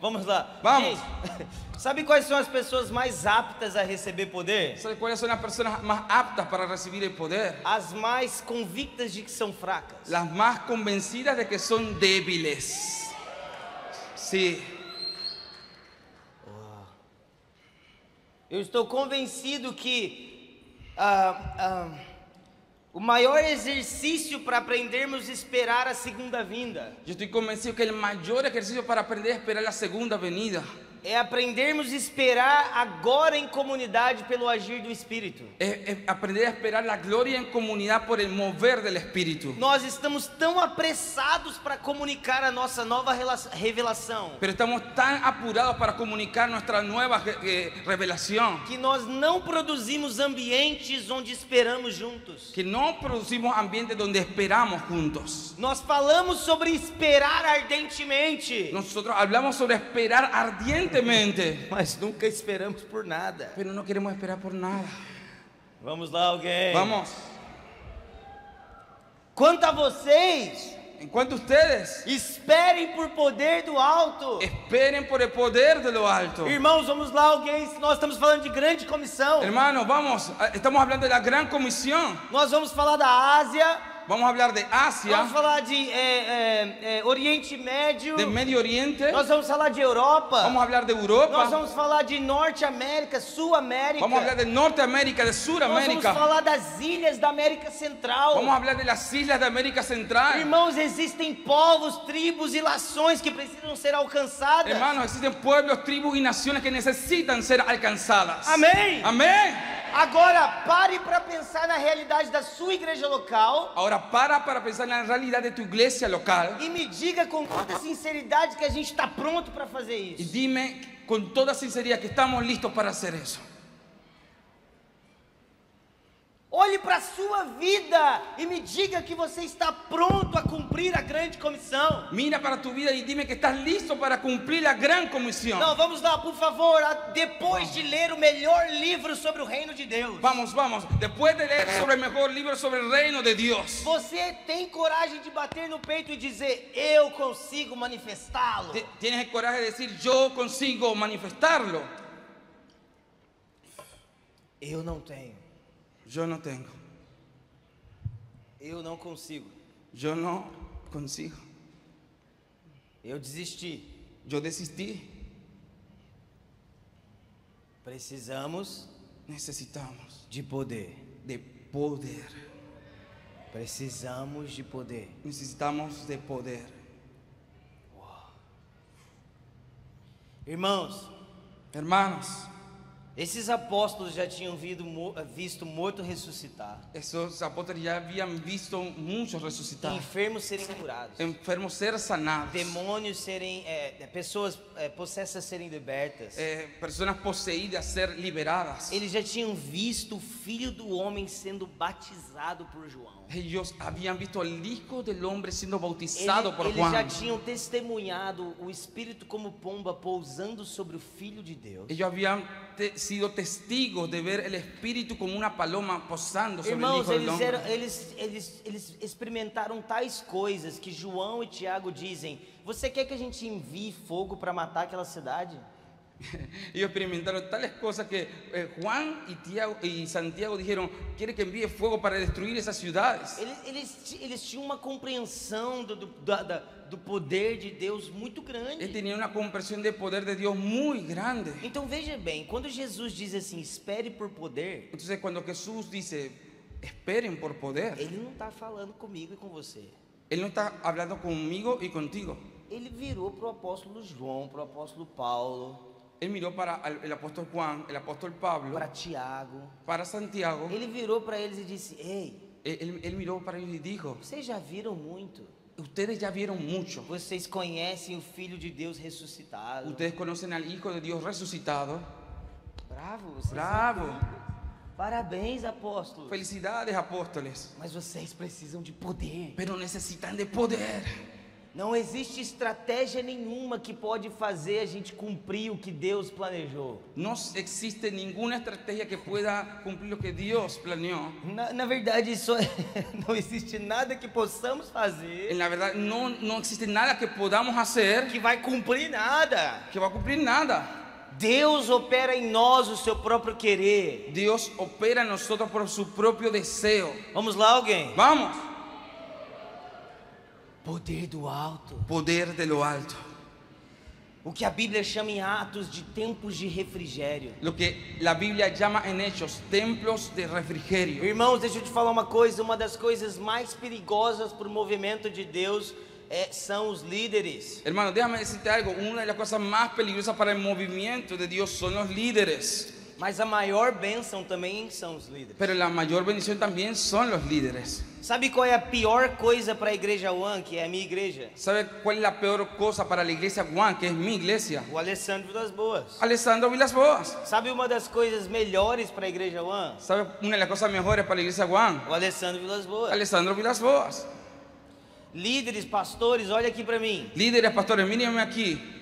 [SPEAKER 2] Vamos lá.
[SPEAKER 3] Vamos.
[SPEAKER 2] Gente, [LAUGHS] sabe quais são as pessoas mais aptas a receber poder?
[SPEAKER 3] ¿Sabes cuáles son las personas más aptas para recibir el poder?
[SPEAKER 2] As mais convictas de que são fracas.
[SPEAKER 3] Las más convencidas de que son débiles. Sí,
[SPEAKER 2] Eu estou convencido que ah, ah, o maior exercício para aprendermos a esperar a segunda vinda
[SPEAKER 3] yo estoy convencido que el mayor ejercicio para aprender es esperar la segunda venida.
[SPEAKER 2] é aprendermos a esperar agora em comunidade pelo agir do Espírito.
[SPEAKER 3] Es, es aprender a esperar la gloria en comunidad por el mover del Espíritu.
[SPEAKER 2] Nós estamos tão apressados para comunicar a nossa nova rela- revelação
[SPEAKER 3] Pero estamos tan apurados para comunicar nuestra nueva eh, revelación
[SPEAKER 2] que nós não produzimos ambientes onde esperamos juntos.
[SPEAKER 3] que no producimos ambientes donde esperamos juntos.
[SPEAKER 2] Nós falamos sobre esperar ardentemente,
[SPEAKER 3] Nosotros hablamos sobre esperar ardientemente,
[SPEAKER 2] mas nunca esperamos por nada.
[SPEAKER 3] pero no queremos esperar por nada.
[SPEAKER 2] Vamos lá, alguém.
[SPEAKER 3] Vamos,
[SPEAKER 2] Quanto a vocês,
[SPEAKER 3] en cuanto a ustedes
[SPEAKER 2] esperem por poder do alto.
[SPEAKER 3] esperen por el poder de lo alto.
[SPEAKER 2] Irmãos, vamos lá, alguém. Nós estamos falando de grande comissão.
[SPEAKER 3] Hermanos, vamos, a- estamos hablando de la gran comisión.
[SPEAKER 2] Nós vamos falar da Ásia,
[SPEAKER 3] Vamos a hablar de
[SPEAKER 2] vamos
[SPEAKER 3] Asia,
[SPEAKER 2] falar de é, é, é, Oriente Médio,
[SPEAKER 3] de Medio Oriente,
[SPEAKER 2] nós vamos falar de Europa,
[SPEAKER 3] vamos a hablar de
[SPEAKER 2] nós
[SPEAKER 3] Europa,
[SPEAKER 2] vamos falar de Norte América, Sul América,
[SPEAKER 3] vamos a hablar de Norteamérica, de
[SPEAKER 2] nós vamos
[SPEAKER 3] Suramérica,
[SPEAKER 2] falar das ilhas da América Central.
[SPEAKER 3] vamos a hablar de las islas de América Central.
[SPEAKER 2] Irmãos, existem povos, tribos e lações que precisam ser alcançadas.
[SPEAKER 3] Hermanos, existen pueblos, tribos y naciones que necesitan ser alcanzadas.
[SPEAKER 2] Amén.
[SPEAKER 3] Amén.
[SPEAKER 2] Agora pare para pensar na realidade da sua igreja local
[SPEAKER 3] Ahora para para pensar en la realidad de tu iglesia local
[SPEAKER 2] e me diga com toda sinceridade que a gente está pronto para fazer
[SPEAKER 3] y
[SPEAKER 2] isso.
[SPEAKER 3] dime con toda sinceridad que estamos listos para hacer eso.
[SPEAKER 2] Olhe para a sua vida e me diga que você está pronto a cumprir a grande comissão.
[SPEAKER 3] Mira para tu vida y dime que estás listo para cumplir la gran comisión.
[SPEAKER 2] Não, vamos lá, por favor, a- depois de ler o melhor livro sobre o reino de Deus,
[SPEAKER 3] Vamos, vamos. Después de leer sobre el mejor libro sobre el reino de Dios,
[SPEAKER 2] você tem coragem de bater no peito e dizer: Eu consigo manifestá-lo.
[SPEAKER 3] ti- tienes el coraje de decir yo consigo manifestarlo.
[SPEAKER 2] Eu não tenho,
[SPEAKER 3] Yo no tengo.
[SPEAKER 2] eu não consigo,
[SPEAKER 3] Yo no consigo.
[SPEAKER 2] eu desisti.
[SPEAKER 3] Yo desistí.
[SPEAKER 2] Precisamos
[SPEAKER 3] Necesitamos
[SPEAKER 2] de poder.
[SPEAKER 3] de poder.
[SPEAKER 2] Precisamos de poder.
[SPEAKER 3] Necesitamos de poder.
[SPEAKER 2] Irmãos,
[SPEAKER 3] Hermanos,
[SPEAKER 2] esses apóstolos já tinham vido mo- visto morto ressuscitar,
[SPEAKER 3] Esos apóstoles ya habían visto muchos resucitados,
[SPEAKER 2] enfermos serem curados,
[SPEAKER 3] enfermos ser sanados,
[SPEAKER 2] demônios serem, é, pessoas é, possessas serem libertas.
[SPEAKER 3] eh, personas poseídas ser liberadas.
[SPEAKER 2] Eles já tinham visto o filho do homem sendo batizado por João.
[SPEAKER 3] Ellos habían visto al Hijo del Hombre siendo
[SPEAKER 2] Ele,
[SPEAKER 3] bautizado por
[SPEAKER 2] eles já
[SPEAKER 3] Juan.
[SPEAKER 2] tinham testemunhado o Espírito como pomba pousando sobre o Filho de Deus.
[SPEAKER 3] Ellos habían te- sido testigos de ver el Espíritu como una paloma posando sobre el
[SPEAKER 2] Irmãos,
[SPEAKER 3] Hijo del
[SPEAKER 2] eles,
[SPEAKER 3] Hombre.
[SPEAKER 2] eram- eles- eles- eles experimentaram tais coisas que João e Tiago dizem: Você quer que a gente envie fogo para matar aquela cidade?
[SPEAKER 3] Ellos experimentaron tales cosas que eh, Juan y, Tiago- y Santiago dijeron, quiere que envíe fuego para destruir esas ciudades.
[SPEAKER 2] Eles, eles, ti- eles tinham uma compreensão do, do, da- da- do poder de Deus muito
[SPEAKER 3] Él
[SPEAKER 2] grande.
[SPEAKER 3] tenía una comprensión de poder de Dios muy grande.
[SPEAKER 2] Então veja bem, quando Jesus diz assim, espere por poder,
[SPEAKER 3] Entonces cuando Jesús dice, esperen por poder,
[SPEAKER 2] ele não está falando comigo e com você.
[SPEAKER 3] Él no está hablando conmigo y contigo.
[SPEAKER 2] Ele virou para o apóstolo João, para o apóstolo Paulo,
[SPEAKER 3] Él miró para al- el apóstol Juan, el apóstol Pablo,
[SPEAKER 2] para Tiago.
[SPEAKER 3] para Santiago.
[SPEAKER 2] Ele virou para eles e disse: Ei,
[SPEAKER 3] Él, él- él miró para ellos y dijo,
[SPEAKER 2] vocês já viram muito.
[SPEAKER 3] ustedes ya vieron mucho.
[SPEAKER 2] Vocês conhecem o Filho de Deus ressuscitado.
[SPEAKER 3] Ustedes conocen al Hijo de Dios resucitado.
[SPEAKER 2] Bravo, vocês.
[SPEAKER 3] Bravo.
[SPEAKER 2] Parabéns, apóstolo.
[SPEAKER 3] Felicidades, apóstoles.
[SPEAKER 2] Mas vocês precisam de poder.
[SPEAKER 3] Pero necesitan de poder.
[SPEAKER 2] Não existe estratégia nenhuma que pode fazer a gente cumprir o que Deus planejou.
[SPEAKER 3] No existe ninguna estrategia que pueda cumplir lo que Dios planeó.
[SPEAKER 2] Na, na verdade, isso é- [LAUGHS] não existe nada que possamos fazer
[SPEAKER 3] En la verdad, no, no existe nada que podamos hacer
[SPEAKER 2] que vai cumprir nada.
[SPEAKER 3] que va a cumplir nada.
[SPEAKER 2] Deus opera em nós o seu próprio querer.
[SPEAKER 3] Dios opera en nosotros por su propio deseo.
[SPEAKER 2] Vamos lá, alguém?
[SPEAKER 3] Vamos.
[SPEAKER 2] Poder do alto.
[SPEAKER 3] Poder de lo alto.
[SPEAKER 2] O que a Bíblia chama em Atos de tempos de refrigério.
[SPEAKER 3] Lo que la Biblia llama en hechos templos de refrigerio.
[SPEAKER 2] Irmãos, deixa eu te falar uma coisa: uma das coisas mais perigosas para o movimento de Deus é- são os líderes.
[SPEAKER 3] Hermano, déjame decirte algo. Una de las cosas más peligrosas para el movimiento de Dios son los líderes.
[SPEAKER 2] Mas a maior bênção também são os líderes.
[SPEAKER 3] Pero la mayor bendición también son los líderes.
[SPEAKER 2] Sabe qual é a pior coisa para a igreja One, que é a minha igreja?
[SPEAKER 3] ¿Sabe cuál es la peor cosa para la iglesia Juan, que es mi iglesia?
[SPEAKER 2] O Alessandro das Boas.
[SPEAKER 3] Alessandro Vilas Boas.
[SPEAKER 2] Sabe uma das coisas melhores para a igreja One?
[SPEAKER 3] ¿Sabe una de las cosas mejores para la iglesia Juan?
[SPEAKER 2] O Alessandro Vilas Boas.
[SPEAKER 3] Alessandro Vilas Boas.
[SPEAKER 2] Líderes, pastores, olha aqui para mim.
[SPEAKER 3] Líderes, pastores, mírenme aquí.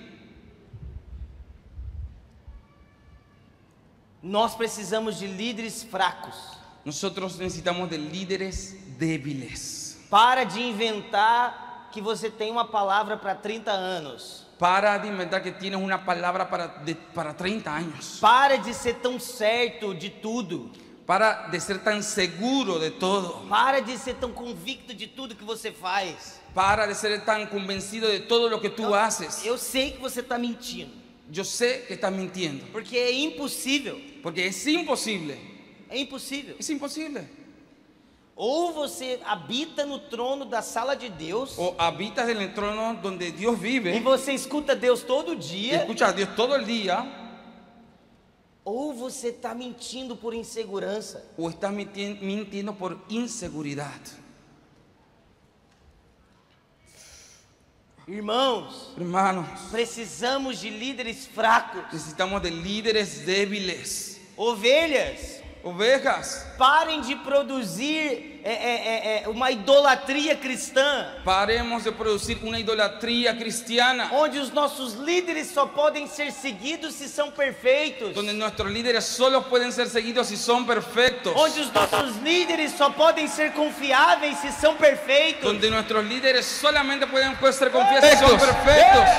[SPEAKER 2] Nós precisamos de líderes fracos.
[SPEAKER 3] Nosotros necesitamos de líderes débiles.
[SPEAKER 2] Para de inventar que você tem uma palavra para 30 anos.
[SPEAKER 3] Para de inventar que tienes una palabra para, de- para 30 años.
[SPEAKER 2] Para de ser tão certo de tudo.
[SPEAKER 3] Para de ser tan seguro de todo.
[SPEAKER 2] Para de ser tão convicto de tudo que você faz.
[SPEAKER 3] Para de ser tan convencido de todo lo que tú haces.
[SPEAKER 2] Eu sei que você está mentindo,
[SPEAKER 3] Yo sé que estás mintiendo,
[SPEAKER 2] porque é impossível.
[SPEAKER 3] porque es imposible.
[SPEAKER 2] É impossível.
[SPEAKER 3] Es imposible.
[SPEAKER 2] Ou você habita no trono da sala de Deus
[SPEAKER 3] O habitas en el trono donde Dios
[SPEAKER 2] e
[SPEAKER 3] vive,
[SPEAKER 2] você escuta Deus todo
[SPEAKER 3] y
[SPEAKER 2] dia,
[SPEAKER 3] escuchas a Dios todo el día,
[SPEAKER 2] ou você está mentindo por insegurança.
[SPEAKER 3] o estás mintien- mintiendo por inseguridad.
[SPEAKER 2] Irmãos,
[SPEAKER 3] Hermanos,
[SPEAKER 2] precisamos de líderes fracos.
[SPEAKER 3] necesitamos de líderes débiles.
[SPEAKER 2] Ovelhas,
[SPEAKER 3] Ovejas,
[SPEAKER 2] parem de produzir é, é, é, é, uma idolatria cristã.
[SPEAKER 3] paremos de producir una idolatría cristiana
[SPEAKER 2] onde os nossos líderes só podem ser seguidos se são perfeitos,
[SPEAKER 3] donde nuestros líderes solo pueden ser seguidos si son perfectos.
[SPEAKER 2] onde os nossos líderes só podem ser confiáveis se são perfeitos.
[SPEAKER 3] donde nuestros líderes solamente pueden pues, ser confiados y son perfectos.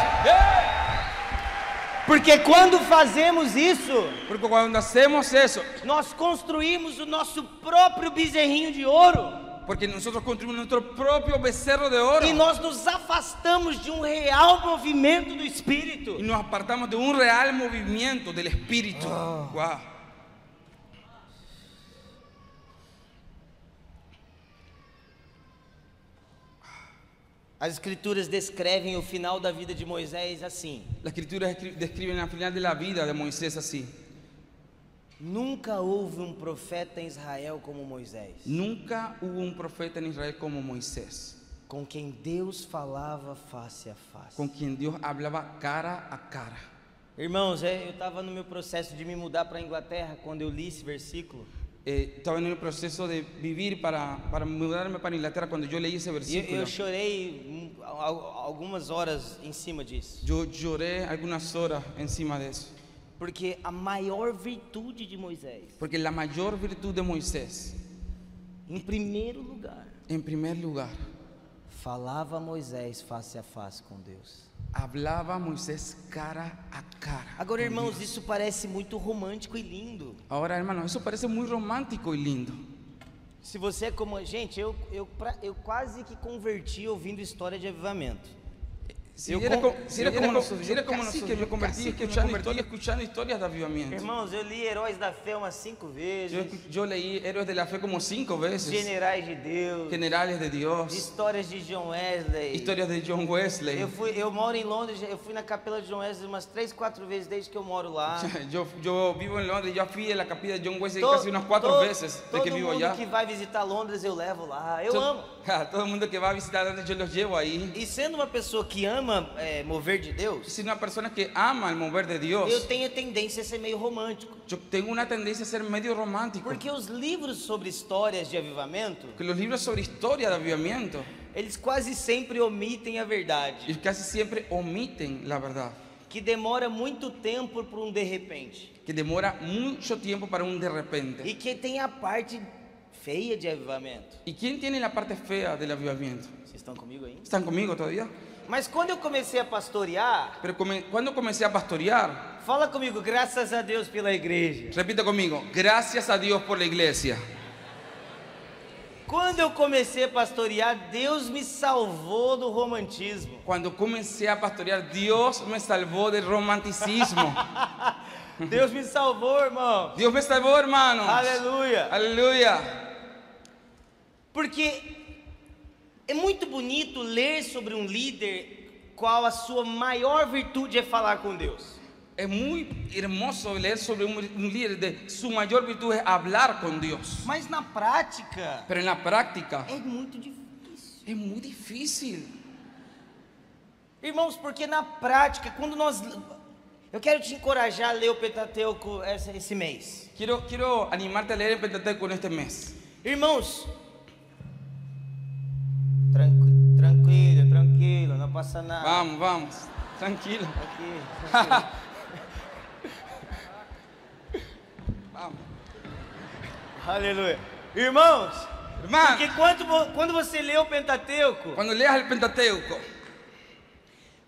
[SPEAKER 2] Porque quando fazemos isso,
[SPEAKER 3] Porque cuando hacemos eso,
[SPEAKER 2] nós construímos o nosso próprio bezerrinho de ouro
[SPEAKER 3] porque nosotros construimos nuestro propio becerro de oro
[SPEAKER 2] e
[SPEAKER 3] y
[SPEAKER 2] nós nos afastamos de um real movimento do espírito.
[SPEAKER 3] nos apartamos de un real movimiento del espíritu. Guau.
[SPEAKER 2] As escrituras descrevem o final da vida de Moisés assim:
[SPEAKER 3] Las escrituras escri- describen al final de la vida de Moisés así.
[SPEAKER 2] Nunca houve um profeta em Israel como Moisés.
[SPEAKER 3] Nunca hubo un profeta en Israel como Moisés,
[SPEAKER 2] com quem Deus falava face a face.
[SPEAKER 3] con quien Dios hablaba cara a cara.
[SPEAKER 2] Irmãos, é, eu estava no meu processo de me mudar para a Inglaterra quando eu li esse versículo.
[SPEAKER 3] Eh, estaba en el proceso de vivir para, para mudarme para Inglaterra cuando yo leí esse
[SPEAKER 2] E eu,
[SPEAKER 3] versículo.
[SPEAKER 2] eu chorei hum, al- al- algumas horas em cima disso.
[SPEAKER 3] Yo lloré algunas horas encima de eso.
[SPEAKER 2] Porque a maior virtude de Moisés,
[SPEAKER 3] Porque la mayor virtud de Moisés,
[SPEAKER 2] em primeiro lugar,
[SPEAKER 3] en primer lugar,
[SPEAKER 2] falava Moisés face a face com Deus.
[SPEAKER 3] hablaba Moisés cara a cara.
[SPEAKER 2] Agora,
[SPEAKER 3] con
[SPEAKER 2] irmãos,
[SPEAKER 3] Dios.
[SPEAKER 2] isso parece muito romântico e lindo.
[SPEAKER 3] Ahora, hermano, eso parece muy romántico y lindo.
[SPEAKER 2] Se você é como a gente, eu, eu, pra- eu quase que converti ouvindo história de avivamento.
[SPEAKER 3] Si
[SPEAKER 2] Yo
[SPEAKER 3] era,
[SPEAKER 2] con-
[SPEAKER 3] co-
[SPEAKER 2] yo
[SPEAKER 3] si era
[SPEAKER 2] con
[SPEAKER 3] como
[SPEAKER 2] los-
[SPEAKER 3] nosotros,
[SPEAKER 2] yo
[SPEAKER 3] era como
[SPEAKER 2] casi
[SPEAKER 3] nosotros,
[SPEAKER 2] que me
[SPEAKER 3] yo convertí
[SPEAKER 2] casi que me
[SPEAKER 3] escuchando
[SPEAKER 2] convertí.
[SPEAKER 3] historias, escuchando historias de avivamiento.
[SPEAKER 2] Irmãos, eu li Heróis da Fé umas cinco
[SPEAKER 3] Yo,
[SPEAKER 2] vezes,
[SPEAKER 3] yo leí Héroes de la Fe como cinco veces,
[SPEAKER 2] Generais de Deus,
[SPEAKER 3] Generales de Dios,
[SPEAKER 2] histórias de John Wesley.
[SPEAKER 3] historias de John Wesley.
[SPEAKER 2] Eu, fui, eu moro em Londres, eu fui na capela de John Wesley umas três, quatro vezes desde que eu moro
[SPEAKER 3] [LAUGHS]
[SPEAKER 2] lá.
[SPEAKER 3] [LAUGHS] Yo, yo vivo en Londres, yo fui a la capilla de John Wesley
[SPEAKER 2] To-
[SPEAKER 3] casi unas cuatro
[SPEAKER 2] to-
[SPEAKER 3] veces de
[SPEAKER 2] todo
[SPEAKER 3] que vivo
[SPEAKER 2] mundo
[SPEAKER 3] allá.
[SPEAKER 2] que vai visitar Londres eu levo lá, eu
[SPEAKER 3] To-
[SPEAKER 2] amo.
[SPEAKER 3] [LAUGHS] a todo el mundo que va a visitar Londres yo los llevo ahí.
[SPEAKER 2] E sendo uma pessoa que ama é, mover de Deus,
[SPEAKER 3] Soy una persona que ama el mover de
[SPEAKER 2] eu
[SPEAKER 3] Dios.
[SPEAKER 2] tenho a tendência a ser meio romântico.
[SPEAKER 3] Yo tengo una tendencia a ser medio romántico.
[SPEAKER 2] Porque os livros sobre histórias de avivamento,
[SPEAKER 3] Que los libros sobre historia de avivamiento
[SPEAKER 2] eles quase sempre omitem a verdade,
[SPEAKER 3] y casi siempre omiten la verdad.
[SPEAKER 2] que demora muito tempo para um de repente.
[SPEAKER 3] Que demora mucho tiempo para un de
[SPEAKER 2] E
[SPEAKER 3] repente.
[SPEAKER 2] que tem a parte feia de avivamento.
[SPEAKER 3] ¿Y quién tiene la parte fea del avivamiento?
[SPEAKER 2] Vocês estão comigo ainda?
[SPEAKER 3] ¿Están conmigo todavía?
[SPEAKER 2] Mas quando eu comecei a pastorear,
[SPEAKER 3] Pero come- cuando comencé a pastorear,
[SPEAKER 2] fala comigo, graças a Deus pela igreja.
[SPEAKER 3] repita conmigo, gracias a Dios por la iglesia.
[SPEAKER 2] Quando eu comecei a pastorear, Deus me salvou do romantismo.
[SPEAKER 3] Cuando comencé a pastorear, Dios me salvó del romanticismo.
[SPEAKER 2] Deus me salvou, irmão.
[SPEAKER 3] Dios me salvó, hermanos.
[SPEAKER 2] Aleluia.
[SPEAKER 3] Aleluya.
[SPEAKER 2] Porque é muito bonito ler sobre um líder qual a sua maior virtude é falar com Deus.
[SPEAKER 3] Es muy hermoso leer sobre un, un líder de su mayor virtud es hablar con Dios.
[SPEAKER 2] Mas na prática
[SPEAKER 3] Pero en la práctica
[SPEAKER 2] é muito difícil.
[SPEAKER 3] es muy difícil.
[SPEAKER 2] Irmãos, porque na prática, quando nós. Eu quero te encorajar a ler o Pentateuco essa- esse mês.
[SPEAKER 3] Quiero, quiero animarte a leer el Pentateuco en este mes.
[SPEAKER 2] Irmãos, tranqui- tranquilo, tranquilo, não passa nada.
[SPEAKER 3] Vamos, vamos. Tranquilo.
[SPEAKER 2] Aqui.
[SPEAKER 3] Vamos.
[SPEAKER 2] Aleluia. Irmãos,
[SPEAKER 3] Irmãos.
[SPEAKER 2] porque quando, vo- quando você lê o Pentateuco,
[SPEAKER 3] Cuando leas el Pentateuco,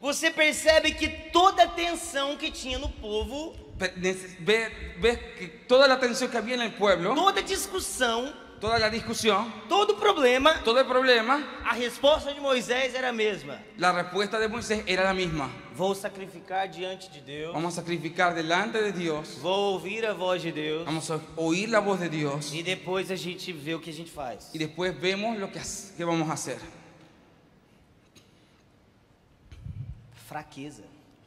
[SPEAKER 2] Você percebe que toda a tensão que tinha no povo,
[SPEAKER 3] pe- neces- ve- ves que toda la tensión que había en el pueblo,
[SPEAKER 2] toda a discussão,
[SPEAKER 3] toda la discusión,
[SPEAKER 2] todo o problema,
[SPEAKER 3] todo el problema,
[SPEAKER 2] a resposta de Moisés era a mesma:
[SPEAKER 3] la respuesta de Moisés era la misma.
[SPEAKER 2] Vou sacrificar diante de Deus,
[SPEAKER 3] Vamos a sacrificar delante de Dios.
[SPEAKER 2] vou ouvir a voz de Deus
[SPEAKER 3] Vamos a oír la voz de Dios.
[SPEAKER 2] e depois a gente vê o que a gente faz.
[SPEAKER 3] Y después vemos lo que, hac- que vamos a hacer.
[SPEAKER 2] Fraqueza.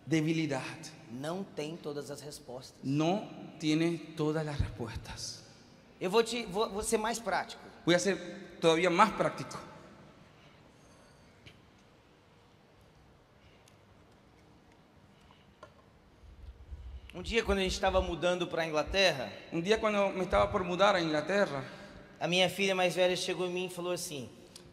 [SPEAKER 3] Debilidad.
[SPEAKER 2] Não tem todas as respostas.
[SPEAKER 3] No tiene todas las respuestas.
[SPEAKER 2] Eu vou te, vou, vou ser mais prático.
[SPEAKER 3] Voy a ser todavía más práctico.
[SPEAKER 2] Um dia quando a gente estava mudando para a Inglaterra,
[SPEAKER 3] Un día cuando me estaba por mudar a Inglaterra,
[SPEAKER 2] a minha filha mais velha chegou em mim e falou assim: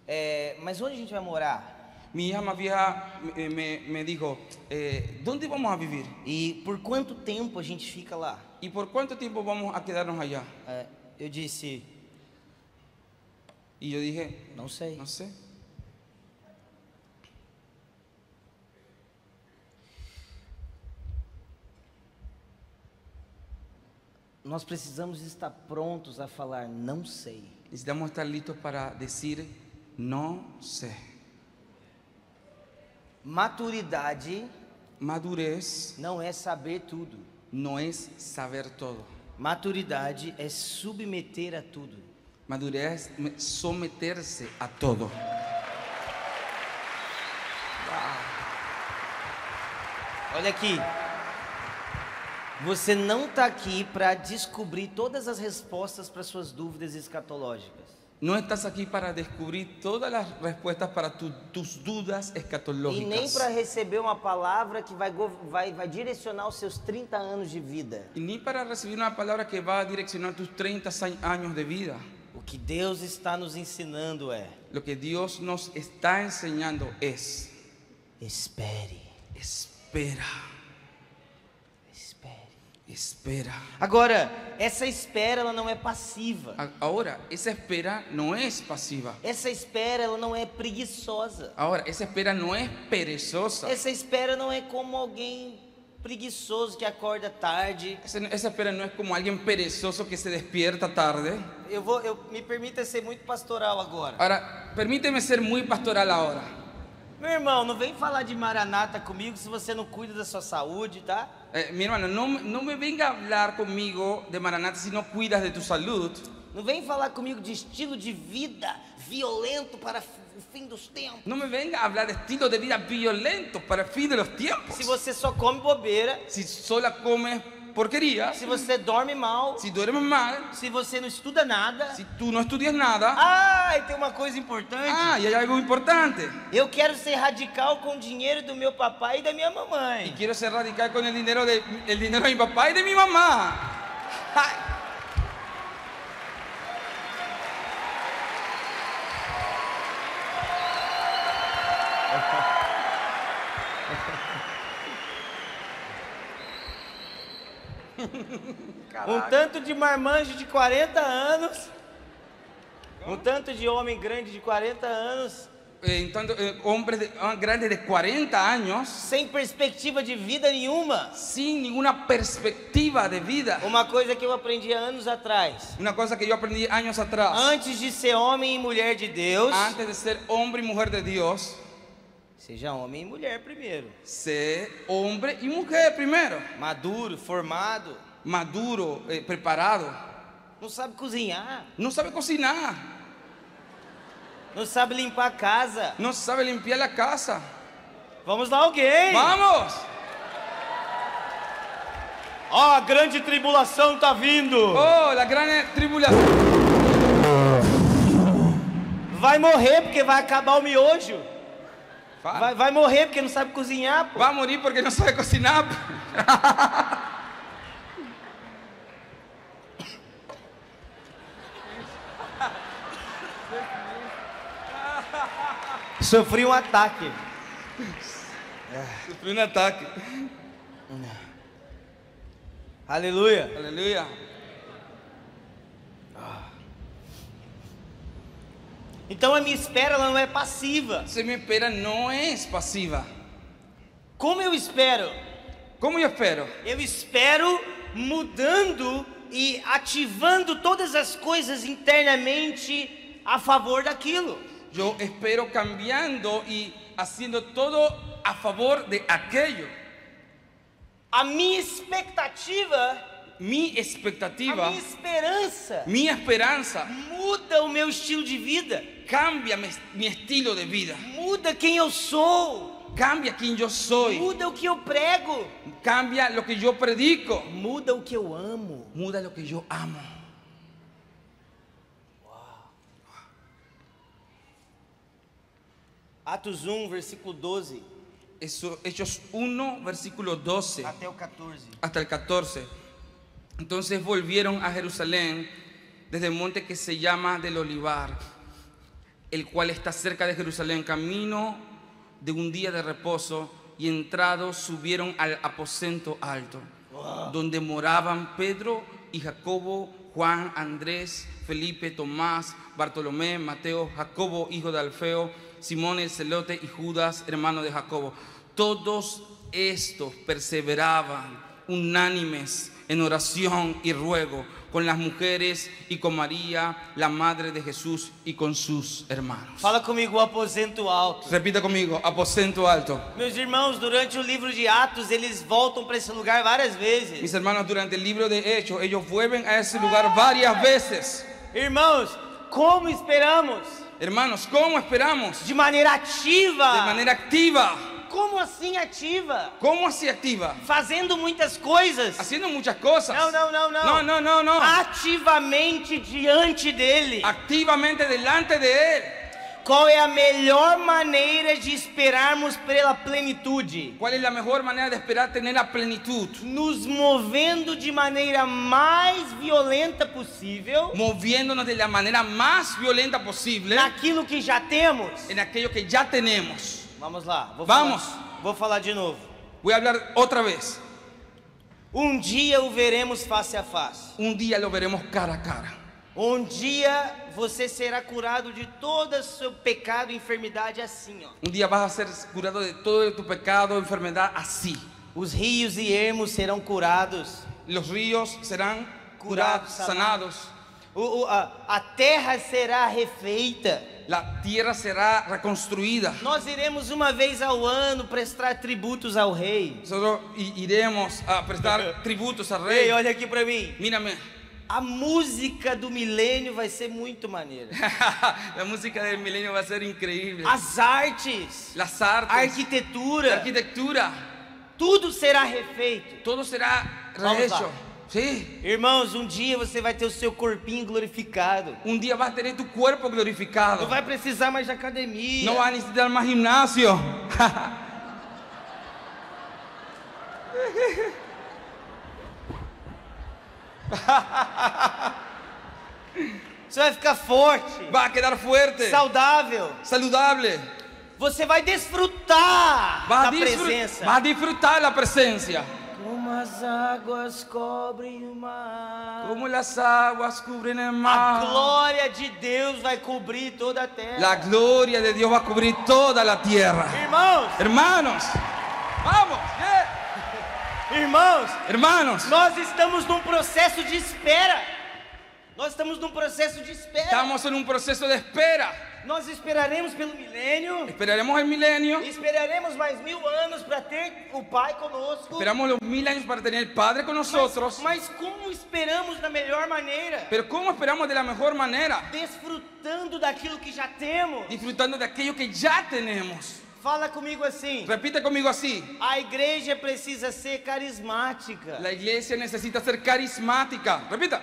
[SPEAKER 2] "É, Mas onde a gente vai morar?
[SPEAKER 3] mi hija más vieja eh, me, me dijo, eh, ¿dónde vamos a vivir?
[SPEAKER 2] E por quanto tempo a gente fica lá?
[SPEAKER 3] ¿Y por cuánto tiempo vamos a quedarnos allá?
[SPEAKER 2] É, eu disse,
[SPEAKER 3] Y yo dije,
[SPEAKER 2] não sei.
[SPEAKER 3] no sé.
[SPEAKER 2] Nós precisamos estar prontos a falar não sei.
[SPEAKER 3] Necesitamos estar listos para decir, no sé.
[SPEAKER 2] Maturidade
[SPEAKER 3] Madurez
[SPEAKER 2] não é saber tudo.
[SPEAKER 3] no es saber todo.
[SPEAKER 2] Maturidade é submeter a tudo.
[SPEAKER 3] Madurez es someterse a todo.
[SPEAKER 2] Olha aqui. Você não está aqui para descobrir todas as respostas para suas dúvidas escatológicas.
[SPEAKER 3] No estás aquí para descubrir todas las respuestas para tu- tus dudas
[SPEAKER 2] E nem para
[SPEAKER 3] escatológicas.
[SPEAKER 2] receber uma palavra que vai, gov- vai, vai direcionar os seus 30 anos de vida.
[SPEAKER 3] Y ni para recibir una palabra que va a direccionar tus 30 sa- años de vida.
[SPEAKER 2] O que Deus está nos ensinando é:
[SPEAKER 3] Lo que Dios nos está enseñando es,
[SPEAKER 2] espere,
[SPEAKER 3] espera,
[SPEAKER 2] espere.
[SPEAKER 3] Espera.
[SPEAKER 2] Agora, essa espera ela não é passiva.
[SPEAKER 3] A- Ahora, esa espera no es pasiva.
[SPEAKER 2] Essa espera ela não é preguiçosa.
[SPEAKER 3] Ahora, esa espera no es perezosa.
[SPEAKER 2] Essa espera não é como alguém preguiçoso que acorda tarde.
[SPEAKER 3] Esa, esa espera no es como alguien perezoso que se despierta tarde.
[SPEAKER 2] Eu vou, eu me permita ser muito pastoral agora.
[SPEAKER 3] Ahora, permíteme ser muy pastoral ahora.
[SPEAKER 2] Meu irmão, não vem falar de maranata comigo se você não cuida da sua saúde, tá?
[SPEAKER 3] Eh, mi hermano, no, me- no me venga a hablar conmigo de Maranata si no cuidas de tu salud.
[SPEAKER 2] Não vem falar comigo de estilo de vida violento para f- o fim dos tempos.
[SPEAKER 3] No me venga a hablar de estilo de vida violento para el fin de los tiempos.
[SPEAKER 2] Se você só come bobeira,
[SPEAKER 3] Si sola comes porquerías,
[SPEAKER 2] se você dorme mal,
[SPEAKER 3] si duermes mal,
[SPEAKER 2] se você não estuda nada.
[SPEAKER 3] si tú no estudias nada,
[SPEAKER 2] Ah, e tem uma coisa importante.
[SPEAKER 3] ah, y hay algo importante.
[SPEAKER 2] Eu quero ser radical com o dinheiro do meu papai e da minha
[SPEAKER 3] Y
[SPEAKER 2] mamãe. Um
[SPEAKER 3] quiero ser radical con el dinero de, el dinero de mi papá y de mi mamá.
[SPEAKER 2] Ha! Um tanto de marmanjo de 40 anos. Um tanto de homem grande de 40 anos.
[SPEAKER 3] Eh, en tanto, eh, hombres de- ah, grandes de 40 años
[SPEAKER 2] Sem perspectiva de vida nenhuma.
[SPEAKER 3] sin ninguna perspectiva de vida.
[SPEAKER 2] Uma coisa que eu aprendi há anos atrás.
[SPEAKER 3] Una cosa que yo aprendí años atrás,
[SPEAKER 2] Antes de ser homem e mulher de Deus,
[SPEAKER 3] antes de ser hombre y mujer de Dios,
[SPEAKER 2] seja homem e mulher primeiro.
[SPEAKER 3] sé hombre y mujer primero.
[SPEAKER 2] Maduro, formado,
[SPEAKER 3] Maduro, eh, preparado.
[SPEAKER 2] não sabe cozinhar,
[SPEAKER 3] No sabe cocinar,
[SPEAKER 2] não sabe limpar a casa.
[SPEAKER 3] no sabe limpiar la casa.
[SPEAKER 2] Vamos lá, alguém!
[SPEAKER 3] ¡Vamos!
[SPEAKER 2] Ó, a grande tribulação tá vindo!
[SPEAKER 3] Oh, la gran tribulación.
[SPEAKER 2] Vai morrer porque vai acabar o miojo.
[SPEAKER 3] Va,
[SPEAKER 2] Vai, vai morrer porque não sabe cozinhar, pô.
[SPEAKER 3] va a morir porque no sabe cocinar. [LAUGHS]
[SPEAKER 2] Sofri um ataque.
[SPEAKER 3] Sufrió un ataque.
[SPEAKER 2] Aleluia.
[SPEAKER 3] Aleluya.
[SPEAKER 2] Então a minha espera ela não é passiva.
[SPEAKER 3] Entonces mi espera no es pasiva.
[SPEAKER 2] Como eu espero?
[SPEAKER 3] ¿Cómo yo espero?
[SPEAKER 2] Eu espero mudando e ativando todas as coisas internamente a favor daquilo.
[SPEAKER 3] Yo espero cambiando y haciendo todo a favor de aquello.
[SPEAKER 2] A minha expectativa,
[SPEAKER 3] Mi
[SPEAKER 2] a
[SPEAKER 3] expectativa,
[SPEAKER 2] minha esperança
[SPEAKER 3] mi esperanza
[SPEAKER 2] muda o meu estilo de vida,
[SPEAKER 3] cambia mi, mi estilo de vida,
[SPEAKER 2] muda quem eu sou,
[SPEAKER 3] cambia quien yo soy,
[SPEAKER 2] muda o que eu prego,
[SPEAKER 3] cambia lo que yo predico,
[SPEAKER 2] muda o que eu amo.
[SPEAKER 3] muda lo que yo amo.
[SPEAKER 2] Atos 1, versículo 12
[SPEAKER 3] Eso, Hechos 1, versículo 12
[SPEAKER 2] até o 14.
[SPEAKER 3] hasta el 14. Entonces volvieron a Jerusalén desde el monte que se llama del Olivar, el cual está cerca de Jerusalén, camino de un día de reposo, y entrados subieron al aposento alto, donde moraban Pedro y Jacobo, Juan, Andrés, Felipe, Tomás, Bartolomé, Mateo, Jacobo, hijo de Alfeo, Simón el celote y Judas, hermano de Jacobo. Todos estos perseveraban unánimes en oración y ruego con las mujeres y con María, la madre de Jesús y con sus hermanos.
[SPEAKER 2] Fala comigo, o aposento alto.
[SPEAKER 3] Repita conmigo, aposento alto.
[SPEAKER 2] Meus irmãos, durante o livro de Atos, eles voltam para esse lugar várias
[SPEAKER 3] Mis
[SPEAKER 2] vezes.
[SPEAKER 3] hermanos, durante el libro de Hechos, ellos vuelven a ese lugar varias veces.
[SPEAKER 2] Irmãos, como esperamos?
[SPEAKER 3] Hermanos, ¿cómo esperamos?
[SPEAKER 2] De maneira ativa.
[SPEAKER 3] De manera activa.
[SPEAKER 2] Como assim ativa?
[SPEAKER 3] ¿Cómo así activa?
[SPEAKER 2] Fazendo muitas coisas.
[SPEAKER 3] Haciendo muchas cosas.
[SPEAKER 2] Não, não, não, Assim, não.
[SPEAKER 3] No, no, no, no.
[SPEAKER 2] Ativamente diante dele.
[SPEAKER 3] Activamente delante de Él.
[SPEAKER 2] Qual é a melhor maneira de esperarmos pela plenitude?
[SPEAKER 3] ¿Cuál es la mejor manera de esperar tener la plenitud?
[SPEAKER 2] Nos movendo de maneira mais violenta possível
[SPEAKER 3] Moviéndonos de la manera más violenta posible
[SPEAKER 2] naquilo que já temos.
[SPEAKER 3] en aquello que ya tenemos.
[SPEAKER 2] Vamos lá, vou
[SPEAKER 3] Vamos.
[SPEAKER 2] falar- vou falar de novo.
[SPEAKER 3] Voy a hablar otra vez.
[SPEAKER 2] Um dia o veremos face a face.
[SPEAKER 3] Un día lo veremos cara a cara.
[SPEAKER 2] Um dia você será curado de todo o seu pecado e enfermidade assim, ó.
[SPEAKER 3] Un día vas a ser curado de todo tu pecado, enfermedad, así.
[SPEAKER 2] Os rios e ermos serão curados.
[SPEAKER 3] Los ríos serán
[SPEAKER 2] Curados,
[SPEAKER 3] curados, sanados.
[SPEAKER 2] O- o- a, a terra será refeita.
[SPEAKER 3] La tierra será reconstruida.
[SPEAKER 2] Nós iremos uma vez ao ano prestar tributos ao rei.
[SPEAKER 3] Nosotros i- iremos a [LAUGHS] prestar tributos al
[SPEAKER 2] Ei,
[SPEAKER 3] rey.
[SPEAKER 2] olha aqui pra mim.
[SPEAKER 3] Mírame, [LAUGHS]
[SPEAKER 2] A música do milênio vai ser muito maneira.
[SPEAKER 3] la música del milenio va a ser increíble.
[SPEAKER 2] As artes,
[SPEAKER 3] Las
[SPEAKER 2] a
[SPEAKER 3] artes, la
[SPEAKER 2] arquitetura,
[SPEAKER 3] arquitectura,
[SPEAKER 2] tudo será refeito.
[SPEAKER 3] todo será
[SPEAKER 2] Vamos
[SPEAKER 3] rehecho.
[SPEAKER 2] lá.
[SPEAKER 3] Sí.
[SPEAKER 2] Irmãos, um dia você vai ter o seu corpinho glorificado.
[SPEAKER 3] Un día vas a tener tu cuerpo
[SPEAKER 2] Não
[SPEAKER 3] glorificado.
[SPEAKER 2] vai precisar mais de academia.
[SPEAKER 3] No vas a necesitar más gimnasio.
[SPEAKER 2] Você vai ficar forte,
[SPEAKER 3] Vas a quedar fuerte,
[SPEAKER 2] saudável.
[SPEAKER 3] saludable.
[SPEAKER 2] Você vai desfrutar
[SPEAKER 3] Vas
[SPEAKER 2] da
[SPEAKER 3] a, disfrut-
[SPEAKER 2] presença.
[SPEAKER 3] vas a disfrutar la presencia.
[SPEAKER 2] Como as águas cobrem o mar.
[SPEAKER 3] Como las aguas cubren el
[SPEAKER 2] A
[SPEAKER 3] mar.
[SPEAKER 2] glória de Deus vai cobrir toda a
[SPEAKER 3] La
[SPEAKER 2] terra.
[SPEAKER 3] gloria de Dios va a cubrir toda la tierra.
[SPEAKER 2] Irmãos,
[SPEAKER 3] Hermanos, vamos, yeah.
[SPEAKER 2] irmãos,
[SPEAKER 3] hermanos,
[SPEAKER 2] nós estamos num processo de espera. Nós estamos num processo de espera.
[SPEAKER 3] estamos en un proceso de espera.
[SPEAKER 2] Nós esperaremos pelo milênio.
[SPEAKER 3] Esperaremos el milenio,
[SPEAKER 2] Esperaremos mais mil anos para ter o Pai conosco.
[SPEAKER 3] esperamos los mil años para tener el Padre con nosotros.
[SPEAKER 2] Mas como esperamos da melhor maneira?
[SPEAKER 3] Pero ¿cómo esperamos de la mejor manera?
[SPEAKER 2] Desfrutando daquilo que já temos.
[SPEAKER 3] Disfrutando de aquello que ya tenemos.
[SPEAKER 2] Fala comigo assim.
[SPEAKER 3] Repite conmigo así.
[SPEAKER 2] A igreja precisa ser carismática.
[SPEAKER 3] La iglesia necesita ser carismática. Repita.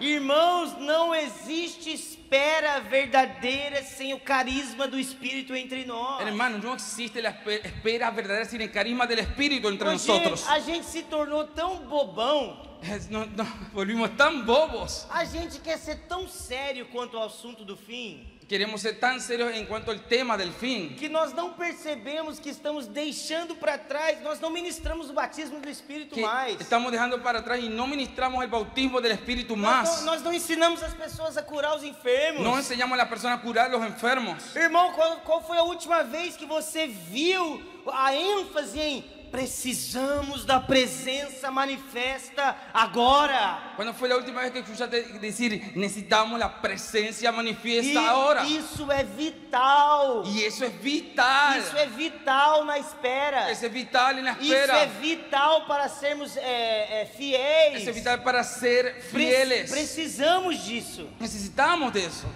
[SPEAKER 2] Irmãos, não existe espera verdadeira sem o carisma do Espírito entre nós.
[SPEAKER 3] Hermano, no existe la espe- espera verdadera sin el carisma del Espíritu entre
[SPEAKER 2] Porque
[SPEAKER 3] nosotros.
[SPEAKER 2] a gente se tornou tão bobão,
[SPEAKER 3] Es- no- nos volvimos tan bobos.
[SPEAKER 2] a gente quer ser tão sério quanto ao assunto do fim,
[SPEAKER 3] Queremos ser tan serios en cuanto al tema del fin.
[SPEAKER 2] que nós não percebemos que estamos deixando para trás, nós não ministramos o batismo do Espírito
[SPEAKER 3] Que então,
[SPEAKER 2] mais.
[SPEAKER 3] estamos dejando para atrás y no ministramos el bautismo del Espíritu
[SPEAKER 2] Nós não,
[SPEAKER 3] más.
[SPEAKER 2] nós não ensinamos as pessoas a curar os enfermos.
[SPEAKER 3] No enseñamos a la persona a curar a los enfermos.
[SPEAKER 2] Irmão, qual, qual foi a última vez que você viu a ênfase em precisamos da presença manifesta agora?
[SPEAKER 3] ¿Cuándo fue la última vez que escuchaste decir necesitamos la presencia
[SPEAKER 2] E
[SPEAKER 3] manifiesta ahora?
[SPEAKER 2] Isso é vital.
[SPEAKER 3] Y eso es vital.
[SPEAKER 2] Isso é vital na espera.
[SPEAKER 3] Eso es vital en la
[SPEAKER 2] Isso é
[SPEAKER 3] espera.
[SPEAKER 2] vital para sermos é, é, fiéis.
[SPEAKER 3] Eso es vital para ser
[SPEAKER 2] Pre-
[SPEAKER 3] fieles.
[SPEAKER 2] Precisamos disso.
[SPEAKER 3] Necesitamos de eso.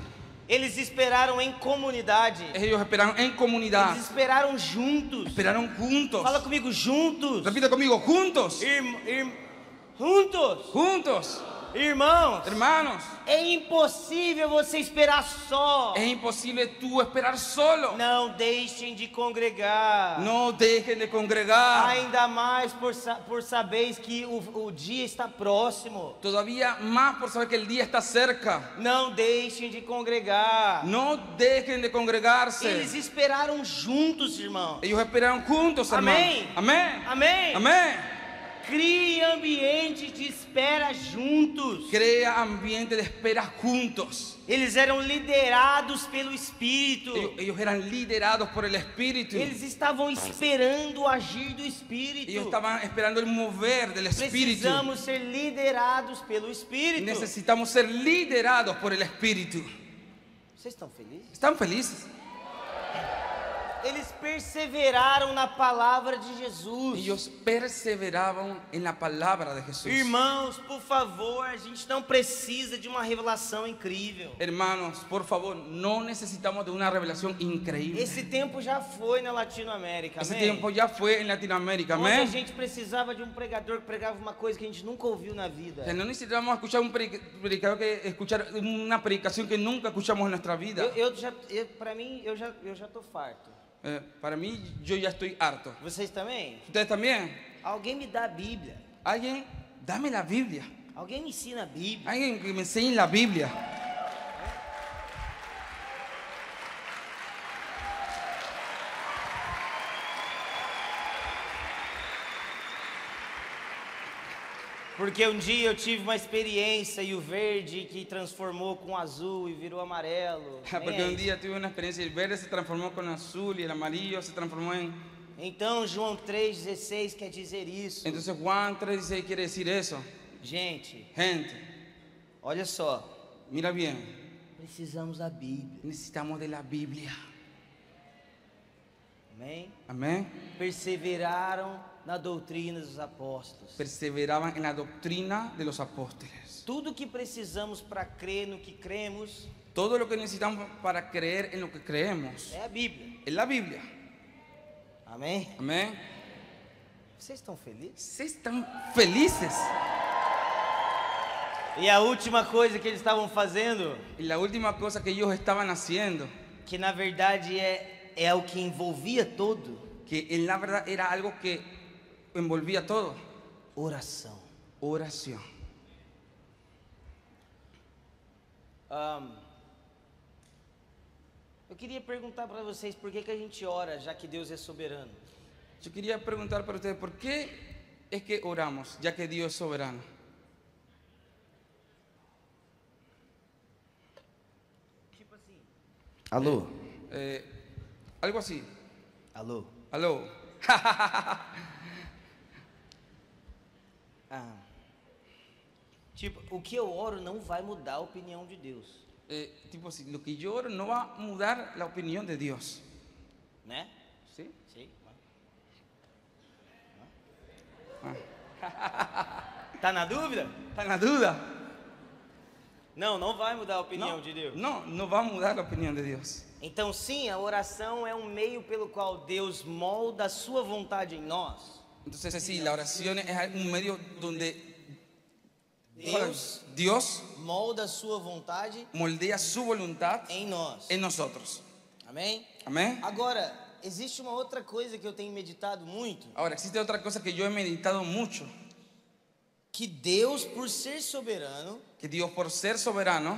[SPEAKER 2] Eles esperaram em comunidade.
[SPEAKER 3] Ellos esperaron en comunidad.
[SPEAKER 2] Eles esperaram juntos.
[SPEAKER 3] Esperaron
[SPEAKER 2] Fala
[SPEAKER 3] juntos.
[SPEAKER 2] comigo, juntos.
[SPEAKER 3] Repita conmigo, juntos.
[SPEAKER 2] Irm- irm- juntos.
[SPEAKER 3] Juntos.
[SPEAKER 2] Irmãos,
[SPEAKER 3] Hermanos,
[SPEAKER 2] é impossível você esperar só.
[SPEAKER 3] es imposible tú esperar solo.
[SPEAKER 2] Não deixem de congregar.
[SPEAKER 3] No dejen de congregar.
[SPEAKER 2] Ainda mais por, sa- por sabeis que o, o dia está próximo.
[SPEAKER 3] Todavía más por saber que el día está cerca.
[SPEAKER 2] Não deixem de congregar.
[SPEAKER 3] No dejen de
[SPEAKER 2] Eles
[SPEAKER 3] congregarse.
[SPEAKER 2] esperaram juntos, irmão.
[SPEAKER 3] Ellos esperaram juntos,
[SPEAKER 2] Amém.
[SPEAKER 3] hermano. Amén.
[SPEAKER 2] Amém?
[SPEAKER 3] Amén.
[SPEAKER 2] Crie ambiente de espera juntos.
[SPEAKER 3] Crea ambiente de espera juntos.
[SPEAKER 2] Eles eram liderados pelo Espírito.
[SPEAKER 3] Ellos, ellos eran liderados por el Espíritu.
[SPEAKER 2] Eles estavam esperando o agir do Espírito.
[SPEAKER 3] Ellos estaban esperando el mover del Espíritu.
[SPEAKER 2] Precisamos ser liderados pelo Espírito.
[SPEAKER 3] Necesitamos ser liderados por el Espíritu.
[SPEAKER 2] Vocês estão felizes?
[SPEAKER 3] ¿Están felices?
[SPEAKER 2] Eles perseveraram na palavra de Jesus.
[SPEAKER 3] Ellos perseveraban en la palabra de Jesús.
[SPEAKER 2] Irmãos, por favor, a gente não precisa de uma revelação incrível.
[SPEAKER 3] Hermanos, por favor, no necesitamos de una revelación increíble.
[SPEAKER 2] Esse tempo já foi na Latinoamérica.
[SPEAKER 3] Ese
[SPEAKER 2] amém?
[SPEAKER 3] tiempo ya fue en Latinoamérica,
[SPEAKER 2] Onde a
[SPEAKER 3] amén.
[SPEAKER 2] gente precisava de um pregador que pregava uma coisa que a gente nunca ouviu na vida.
[SPEAKER 3] O sea, no necesitamos escuchar un predica- predicador que escuchar una predicación que nunca escuchamos en nuestra vida.
[SPEAKER 2] Eu, eu já, eu, para mim, eu já, eu já tô farto.
[SPEAKER 3] Eh, para mí, yo ya estoy harto.
[SPEAKER 2] Vocês também?
[SPEAKER 3] ¿Ustedes también?
[SPEAKER 2] Alguém me dá a Bíblia.
[SPEAKER 3] Alguien, dame la Biblia.
[SPEAKER 2] Alguém me ensina a Bíblia.
[SPEAKER 3] Alguien que me enseñe la Biblia.
[SPEAKER 2] Porque um dia eu tive uma experiência e o verde que transformou com azul e virou
[SPEAKER 3] [LAUGHS]
[SPEAKER 2] amarelo. Nem
[SPEAKER 3] Ah, Porque
[SPEAKER 2] é
[SPEAKER 3] um un
[SPEAKER 2] isso.
[SPEAKER 3] día tuve una experiencia y el verde se transformó con azul y el amarillo se transformó en...
[SPEAKER 2] Então João 3,16 quer dizer isso.
[SPEAKER 3] Entonces Juan 3.16 quiere decir eso.
[SPEAKER 2] Gente,
[SPEAKER 3] Gente,
[SPEAKER 2] olha só.
[SPEAKER 3] mira bien,
[SPEAKER 2] Precisamos da Bíblia.
[SPEAKER 3] necesitamos de la Biblia.
[SPEAKER 2] Amém?
[SPEAKER 3] Amén.
[SPEAKER 2] Perseveraram na doutrina dos apóstolos.
[SPEAKER 3] Perseveraban en la doctrina de los apóstoles.
[SPEAKER 2] Tudo que precisamos para crer no que cremos
[SPEAKER 3] Todo lo que necesitamos para creer en lo que creemos
[SPEAKER 2] é a Bíblia.
[SPEAKER 3] es la Biblia.
[SPEAKER 2] Amém?
[SPEAKER 3] Amén.
[SPEAKER 2] Vocês estão felizes?
[SPEAKER 3] Ustedes están felices.
[SPEAKER 2] E a última coisa que eles estavam fazendo,
[SPEAKER 3] Y la última cosa que ellos estaban haciendo,
[SPEAKER 2] que na verdade é, é o que envolvia todo,
[SPEAKER 3] que en la verdad era algo que envolvía todo,
[SPEAKER 2] oração.
[SPEAKER 3] oración.
[SPEAKER 2] Ahn, eu queria perguntar para vocês por que, que a gente ora, já que Deus é soberano.
[SPEAKER 3] Yo quería preguntar para ustedes, ¿por qué es que oramos, ya que Dios es soberano?
[SPEAKER 2] Alô?
[SPEAKER 3] Eh, algo así.
[SPEAKER 2] É. Alô?
[SPEAKER 3] Aló.
[SPEAKER 2] Ah, tipo, o que eu oro não vai mudar a opinião de Deus,
[SPEAKER 3] Eh, tipo así, lo que yo oro no va a mudar la opinión de Dios.
[SPEAKER 2] né?
[SPEAKER 3] ¿Sí?
[SPEAKER 2] Sim.
[SPEAKER 3] Ah.
[SPEAKER 2] [LAUGHS] Tá na dúvida?
[SPEAKER 3] ¿Están la duda?
[SPEAKER 2] Não, não vai mudar a opinião
[SPEAKER 3] No,
[SPEAKER 2] de Deus.
[SPEAKER 3] no, no va a mudar la opinión de Dios.
[SPEAKER 2] Então, sim, a oração é um meio pelo qual Deus molda a sua vontade em nós.
[SPEAKER 3] Entonces, sí, la oración es un medio donde
[SPEAKER 2] Dios.
[SPEAKER 3] Dios
[SPEAKER 2] Molda a sua vontade
[SPEAKER 3] moldea su voluntad
[SPEAKER 2] em nós.
[SPEAKER 3] en nosotros.
[SPEAKER 2] Amém?
[SPEAKER 3] Amén.
[SPEAKER 2] Agora, existe uma outra coisa que eu tenho meditado muito,
[SPEAKER 3] Ahora, existe otra cosa que yo he meditado mucho,
[SPEAKER 2] que Deus, por ser soberano,
[SPEAKER 3] que Dios por ser soberano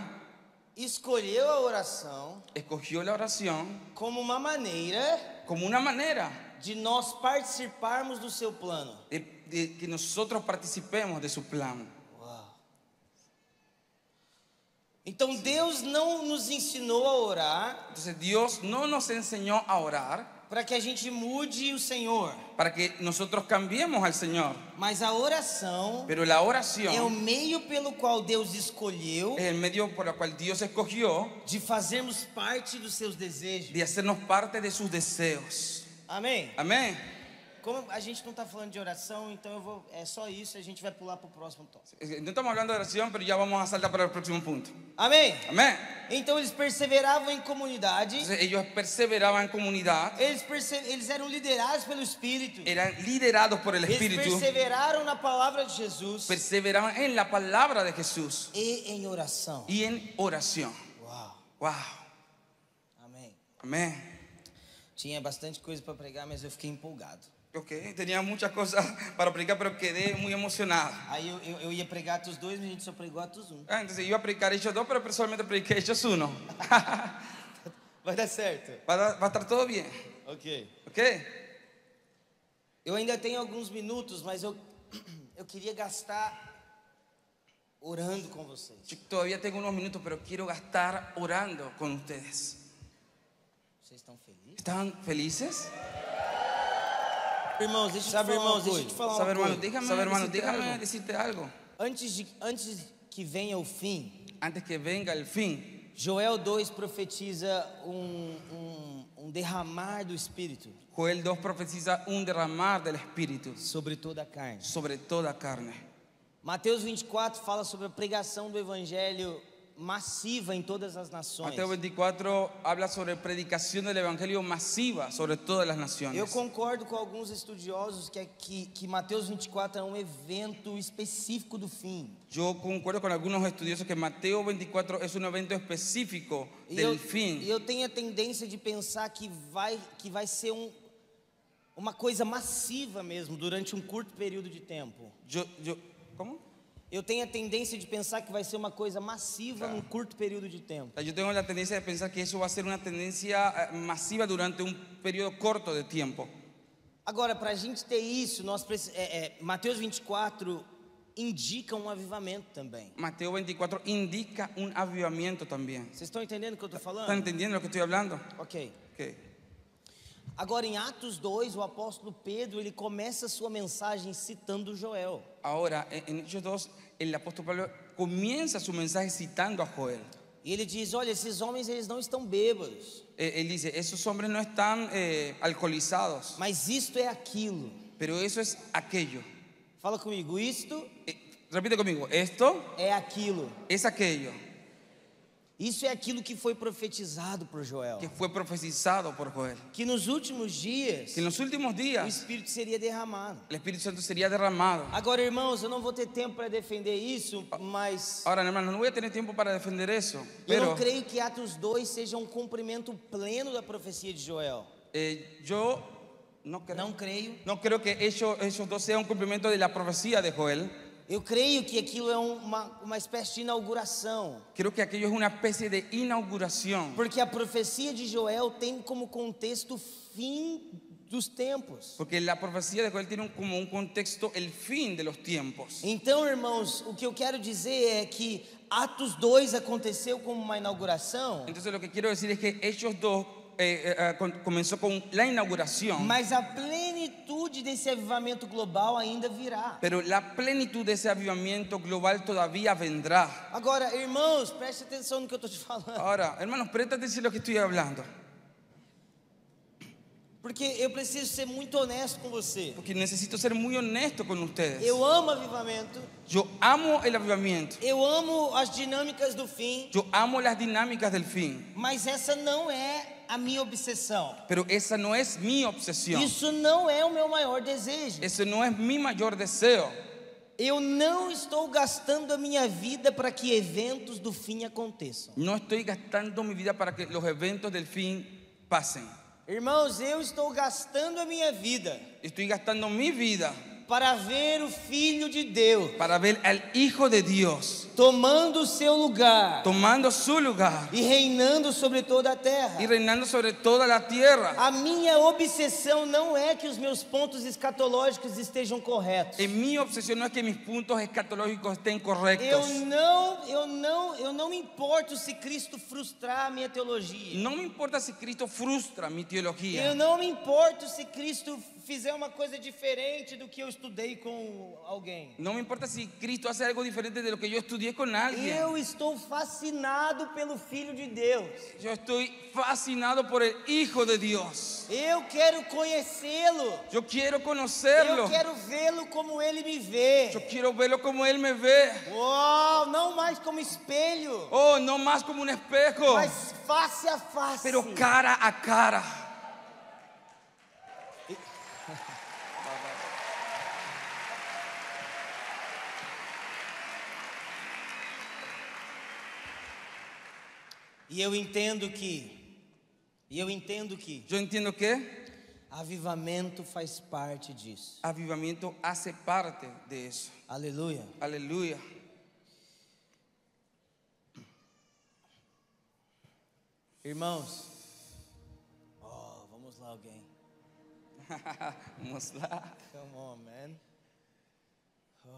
[SPEAKER 2] escolheu a oração
[SPEAKER 3] escogió la oración
[SPEAKER 2] como uma maneira
[SPEAKER 3] como una manera
[SPEAKER 2] de nós participarmos do seu plano.
[SPEAKER 3] de, de que nosotros participemos de su plan.
[SPEAKER 2] Uau. Então Deus não nos ensinou a orar
[SPEAKER 3] Entonces Dios no nos enseñó a orar
[SPEAKER 2] para que a gente mude o Senhor,
[SPEAKER 3] para que nosotros cambiemos al Señor,
[SPEAKER 2] mas a oração
[SPEAKER 3] pero la
[SPEAKER 2] é o
[SPEAKER 3] oración
[SPEAKER 2] meio pelo qual Deus escolheu
[SPEAKER 3] es el medio por el cual Dios escogió
[SPEAKER 2] de fazermos parte dos seus desejos.
[SPEAKER 3] de hacernos parte de sus deseos.
[SPEAKER 2] Amém?
[SPEAKER 3] Amén.
[SPEAKER 2] Como a gente não está falando de oração, então eu vou. É só isso, a gente vai pular pro próximo tópico.
[SPEAKER 3] Eh, No estamos hablando de oración, pero ya vamos a saltar para el próximo punto.
[SPEAKER 2] Amém?
[SPEAKER 3] Amén.
[SPEAKER 2] Então eles perseveravam em comunidade,
[SPEAKER 3] Entonces ellos perseveraban en comunidad,
[SPEAKER 2] eles, perse- eles eram liderados pelo Espírito,
[SPEAKER 3] eran liderados por el
[SPEAKER 2] eles
[SPEAKER 3] Espíritu,
[SPEAKER 2] perseveraram na palavra de Jesus
[SPEAKER 3] perseveraban en la palabra de Jesús
[SPEAKER 2] e em oração.
[SPEAKER 3] y en oración.
[SPEAKER 2] Uau,
[SPEAKER 3] Wow.
[SPEAKER 2] amém.
[SPEAKER 3] Amén.
[SPEAKER 2] Tinha bastante coisa para pregar, mas eu fiquei empolgado.
[SPEAKER 3] Ok, tenía muchas cosas [LAUGHS] para predicar, pero quedé muy emocionado.
[SPEAKER 2] Aí eu, eu, eu ia pregar tus dois, mas a gente só pregou atos um.
[SPEAKER 3] Ah, entonces iba a predicar Hechos 2, pero personalmente prediqué Hechos 1. va,
[SPEAKER 2] Vai dar certo.
[SPEAKER 3] a, va a estar todo bien.
[SPEAKER 2] Ok.
[SPEAKER 3] Ok.
[SPEAKER 2] Eu ainda tenho alguns minutos, mas eu, [CLEARS THROAT] eu quería gastar orando com vocês.
[SPEAKER 3] Yo todavía tengo unos minutos, pero quiero gastar orando con ustedes.
[SPEAKER 2] Vocês estão felizes?
[SPEAKER 3] ¿Están felices?
[SPEAKER 2] Irmãos, deixa eu te falar irmãos, deixa eu te falar
[SPEAKER 3] Sabe,
[SPEAKER 2] uma
[SPEAKER 3] hermano,
[SPEAKER 2] coisa.
[SPEAKER 3] dígame,
[SPEAKER 4] pues. Sabe, hermano,
[SPEAKER 3] decirte
[SPEAKER 4] dígame
[SPEAKER 3] algo. decirte algo.
[SPEAKER 2] Antes, de, antes que venha o fim,
[SPEAKER 3] Antes que venga el fin.
[SPEAKER 2] Joel 2 profetiza um, um, um derramar do Espírito
[SPEAKER 3] Joel 2 profetiza un derramar del Espíritu
[SPEAKER 2] sobre toda a carne.
[SPEAKER 3] sobre toda carne.
[SPEAKER 2] Mateus 24 fala sobre a pregação do evangelho massiva em todas as nações.
[SPEAKER 3] Mateo 24 habla sobre predicación del Evangelio masiva sobre todas las
[SPEAKER 2] Eu
[SPEAKER 3] naciones.
[SPEAKER 2] concordo com alguns estudiosos que, que, que Mateus 24 é um evento específico do fim.
[SPEAKER 3] Yo concuerdo con algunos estudiosos que Mateo 24 es un evento específico
[SPEAKER 2] E eu,
[SPEAKER 3] del
[SPEAKER 2] e
[SPEAKER 3] fin.
[SPEAKER 2] eu tenho a tendência de pensar que vai, que vai ser um, uma coisa massiva mesmo durante um curto período de tempo.
[SPEAKER 3] Yo, yo, ¿Cómo?
[SPEAKER 2] Eu tenho a tendência de pensar que vai ser uma coisa
[SPEAKER 3] Tá.
[SPEAKER 2] massiva num curto período de
[SPEAKER 3] O
[SPEAKER 2] tempo.
[SPEAKER 3] sea, Yo tengo la tendencia de pensar que eso va a ser una tendencia eh, masiva durante un periodo corto de tiempo.
[SPEAKER 2] Agora, para a gente ter isso, nós preci- é, é, Mateus 24 indica um avivamento também.
[SPEAKER 3] Mateo 24 indica un avivamiento también.
[SPEAKER 2] Vocês estão entendendo o que eu estou
[SPEAKER 3] ¿Están
[SPEAKER 2] falando?
[SPEAKER 3] entendiendo lo que estoy hablando?
[SPEAKER 2] Ok.
[SPEAKER 3] Ok.
[SPEAKER 2] Agora em Atos 2, o apóstolo Pedro, ele começa a sua mensagem citando Joel.
[SPEAKER 3] Ahora, e, en en Hechos 2, el apóstol Pablo comienza su mensaje citando a Joel.
[SPEAKER 2] E ele diz: "Olha, esses homens eles não estão bêbados,
[SPEAKER 3] Eh, Él dice, esos hombres no están eh, alcoholizados,
[SPEAKER 2] mas isto é aquilo".
[SPEAKER 3] pero eso es aquello.
[SPEAKER 2] Fala comigo, isto
[SPEAKER 3] Eh, repite conmigo, esto
[SPEAKER 2] é aquilo.
[SPEAKER 3] es aquello
[SPEAKER 2] Isso é aquilo que foi profetizado por Joel.
[SPEAKER 3] que fue profetizado por Joel.
[SPEAKER 2] Que nos últimos dias
[SPEAKER 3] Que en los últimos
[SPEAKER 2] o
[SPEAKER 3] días
[SPEAKER 2] espírito seria derramado.
[SPEAKER 3] el Espíritu Santo sería derramado.
[SPEAKER 2] Agora, irmãos, eu não vou ter tempo para defender isso, mas
[SPEAKER 3] Ahora, hermano, no voy a tener tiempo para defender eso,
[SPEAKER 2] eu
[SPEAKER 3] pero
[SPEAKER 2] não creio que Atos 2 seja um cumprimento pleno da profecia de Joel.
[SPEAKER 3] eh, yo no creo,
[SPEAKER 2] Não creio.
[SPEAKER 3] no creo que ellos, ellos dos sean un cumplimiento de la profecía de Joel.
[SPEAKER 2] Eu creio que aquilo é uma, uma espécie de inauguração.
[SPEAKER 3] Creo que aquello es una especie de inauguración.
[SPEAKER 2] Porque a profecia de Joel tem como contexto o fim dos tempos.
[SPEAKER 3] Porque la profecía de Joel tiene un- como un contexto el fin de los tiempos.
[SPEAKER 2] Então, irmãos, o que eu quero dizer é que Atos 2 aconteceu como uma inauguração,
[SPEAKER 3] Entonces lo que quiero decir es que Hechos 2 eh, eh, ah, con- comenzó con la inauguración,
[SPEAKER 2] mas a plenitude desse avivamento global ainda virá.
[SPEAKER 3] pero la plenitud de ese avivamiento global todavía vendrá.
[SPEAKER 2] Agora, irmãos, preste atenção no que eu estou te falando.
[SPEAKER 3] Ahora, hermanos, presta atención a lo que estoy hablando,
[SPEAKER 2] Porque eu preciso ser muito honesto com você.
[SPEAKER 3] porque necesito ser muy honesto con ustedes.
[SPEAKER 2] Eu amo avivamento,
[SPEAKER 3] Yo amo el avivamiento,
[SPEAKER 2] eu amo as dinâmicas do fim,
[SPEAKER 3] yo amo las dinámicas del fin,
[SPEAKER 2] mas essa não é a minha obsessão.
[SPEAKER 3] pero esa no es mi obsesión,
[SPEAKER 2] Isso não é o meu maior desejo.
[SPEAKER 3] eso no es mi mayor deseo.
[SPEAKER 2] Eu não estou gastando a minha vida para que eventos do fim aconteçam.
[SPEAKER 3] No estoy gastando mi vida para que los eventos del fin pasen.
[SPEAKER 2] Irmãos, eu estou gastando a minha vida
[SPEAKER 3] Estoy gastando mi vida
[SPEAKER 2] para ver o Filho de Deus
[SPEAKER 3] para ver al Hijo de Dios
[SPEAKER 2] tomando o seu lugar
[SPEAKER 3] tomando su lugar
[SPEAKER 2] e reinando sobre toda a terra.
[SPEAKER 3] y reinando sobre toda la tierra.
[SPEAKER 2] A minha obsessão não é que os meus pontos escatológicos estejam corretos.
[SPEAKER 3] En mi obsesión no es que mis puntos escatológicos estén
[SPEAKER 2] Eu
[SPEAKER 3] correctos.
[SPEAKER 2] não, eu não, eu não me importo se Cristo frustrar a minha teologia.
[SPEAKER 3] No me importa si Cristo frustra mi
[SPEAKER 2] Eu
[SPEAKER 3] teología.
[SPEAKER 2] não me importo se Cristo fizer uma coisa diferente do que eu estudei com alguém.
[SPEAKER 3] No me importa si Cristo hace algo diferente de lo que yo estudié con alguien.
[SPEAKER 2] Eu estou fascinado pelo Filho de Deus.
[SPEAKER 3] Yo estoy fascinado por el Hijo de Dios.
[SPEAKER 2] Eu quero conhecê-lo.
[SPEAKER 3] Yo quiero
[SPEAKER 2] Eu
[SPEAKER 3] conocerlo.
[SPEAKER 2] quero vê-lo como ele me
[SPEAKER 3] Yo
[SPEAKER 2] vê.
[SPEAKER 3] quiero verlo como Él me ve.
[SPEAKER 2] Uau, não mais como espelho,
[SPEAKER 3] Oh, no más como un espejo,
[SPEAKER 2] mas face a face.
[SPEAKER 3] pero cara a cara.
[SPEAKER 2] E eu entendo que, e eu entendo que
[SPEAKER 3] Yo entiendo que
[SPEAKER 2] avivamento faz parte disso.
[SPEAKER 3] Avivamiento hace parte de eso.
[SPEAKER 2] Aleluia.
[SPEAKER 3] Aleluya.
[SPEAKER 2] Irmãos, oh, vamos lá, alguém.
[SPEAKER 3] Vamos lá.
[SPEAKER 2] Come on, man. Oh.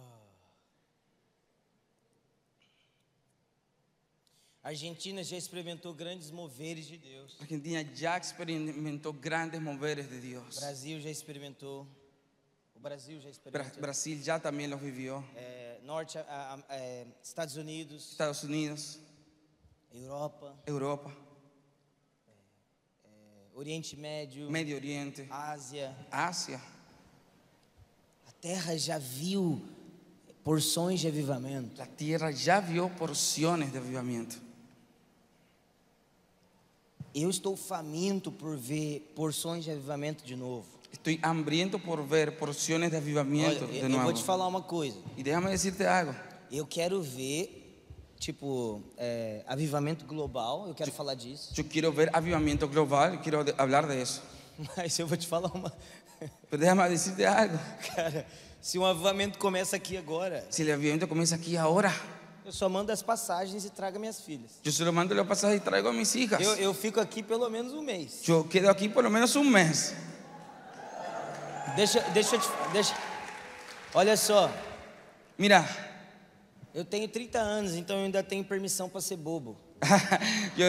[SPEAKER 2] A Argentina já experimentou grandes moveres de Deus.
[SPEAKER 3] Argentina ya experimentó grandes moveres de
[SPEAKER 2] O
[SPEAKER 3] Dios.
[SPEAKER 2] Brasil já experimentou. O Brasil já
[SPEAKER 3] Bra-
[SPEAKER 2] experimentou.
[SPEAKER 3] Brasil ya también los vivió.
[SPEAKER 2] É, norte, a- a- é, Estados Unidos,
[SPEAKER 3] Estados Unidos,
[SPEAKER 2] Europa,
[SPEAKER 3] Europa,
[SPEAKER 2] é, Oriente Médio,
[SPEAKER 3] Medio Oriente,
[SPEAKER 2] Ásia.
[SPEAKER 3] Asia.
[SPEAKER 2] A terra já viu porções de avivamento.
[SPEAKER 3] La tierra ya vio porciones de avivamiento.
[SPEAKER 2] Eu estou faminto por ver porções de avivamento de novo.
[SPEAKER 3] Estoy hambriento por ver porciones de avivamiento
[SPEAKER 2] Olha, eu-
[SPEAKER 3] de
[SPEAKER 2] eu vou te
[SPEAKER 3] nuevo.
[SPEAKER 2] falar uma coisa.
[SPEAKER 3] Y déjame decirte algo.
[SPEAKER 2] Eu quero ver, tipo, é, avivamento global, eu quero falar disso. [LAUGHS]
[SPEAKER 3] Yo quiero ver avivamiento global, quiero de- hablar de eso.
[SPEAKER 2] Mas eu vou te falar uma. [LAUGHS]
[SPEAKER 3] Pero déjame decirte algo.
[SPEAKER 2] Cara, se um avivamento começa aqui agora,
[SPEAKER 3] Si el avivamiento comienza aquí ahora,
[SPEAKER 2] eu só mando as passagens e trago minhas filhas.
[SPEAKER 3] Yo se lo mando los pasajes y traigo a mis hijas.
[SPEAKER 2] Eu, eu fico aqui pelo menos um mês.
[SPEAKER 3] Yo quedo aquí por lo menos un mes.
[SPEAKER 2] Deixa, deixa eu te. Deixa... Olha só.
[SPEAKER 3] Mira,
[SPEAKER 2] Eu tenho 30 anos, então eu ainda tenho permissão para ser bobo.
[SPEAKER 3] [LAUGHS] yo,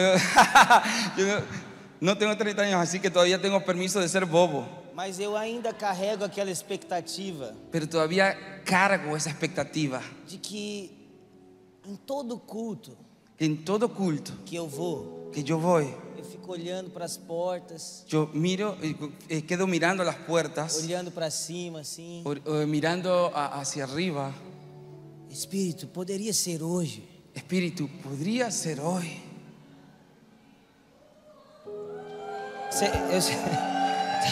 [SPEAKER 3] yo no- no tengo 30 años, así que todavía tengo permiso de ser bobo.
[SPEAKER 2] Mas eu ainda carrego aquela expectativa
[SPEAKER 3] Pero todavía cargo esa expectativa.
[SPEAKER 2] de que em todo culto
[SPEAKER 3] que En todo culto
[SPEAKER 2] que eu vou,
[SPEAKER 3] que yo voy,
[SPEAKER 2] eu fico olhando para as portas,
[SPEAKER 3] yo miro, y eh, quedo mirando las puertas,
[SPEAKER 2] olhando para cima assim.
[SPEAKER 3] or- eh, mirando a- hacia arriba.
[SPEAKER 2] Espírito, poderia ser hoje.
[SPEAKER 3] Espíritu, podría ser hoy.
[SPEAKER 2] Se- eu se-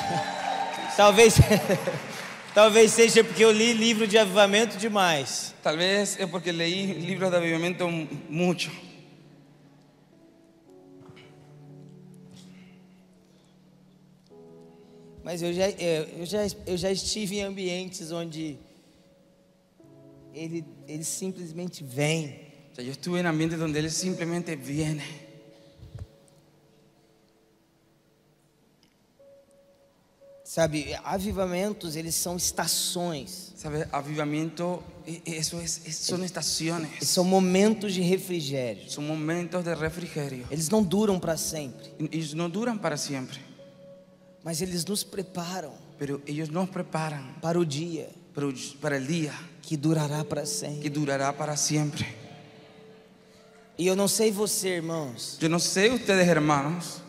[SPEAKER 2] [LAUGHS] talvez, [LAUGHS] talvez seja porque eu li livro de avivamento demais.
[SPEAKER 3] Tal vez es porque leí libros de avivamiento m- mucho.
[SPEAKER 2] Mas eu já, é, eu já, eu já estive em ambientes onde ele, ele simplesmente vem.
[SPEAKER 3] O sea, yo estuve en ambientes donde Él simplemente viene.
[SPEAKER 2] Sabe, avivamentos, eles são estações.
[SPEAKER 3] ¿Sabes? Avivamiento, e- eso es, es- son
[SPEAKER 2] Eles
[SPEAKER 3] estaciones,
[SPEAKER 2] são momentos de refrigério.
[SPEAKER 3] son momentos de refrigerio.
[SPEAKER 2] Eles não duram para sempre,
[SPEAKER 3] Y- Ellos no duran para siempre,
[SPEAKER 2] mas eles nos preparam
[SPEAKER 3] pero ellos nos preparan
[SPEAKER 2] para o dia
[SPEAKER 3] pero para el día
[SPEAKER 2] que durará para
[SPEAKER 3] que
[SPEAKER 2] sempre.
[SPEAKER 3] durará para siempre.
[SPEAKER 2] E eu não sei você, irmãos,
[SPEAKER 3] Yo no sé ustedes, hermanos,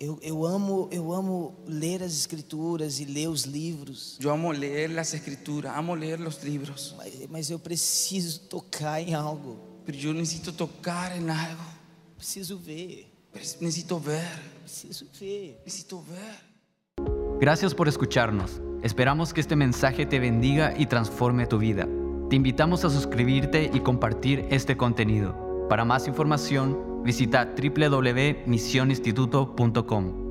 [SPEAKER 2] Eu, eu amo eu amo ler as escrituras e ler os livros,
[SPEAKER 3] yo amo leer las escrituras, amo leer los libros,
[SPEAKER 2] mas, mas eu preciso tocar em algo,
[SPEAKER 3] pero yo necesito tocar en algo,
[SPEAKER 2] preciso ver,
[SPEAKER 3] necesito ver,
[SPEAKER 2] preciso ver.
[SPEAKER 3] necesito ver.
[SPEAKER 1] Gracias por escucharnos. Esperamos que este mensaje te bendiga y transforme tu vida. Te invitamos a suscribirte y compartir este contenido. Para más información, visita www.misioninstituto.com.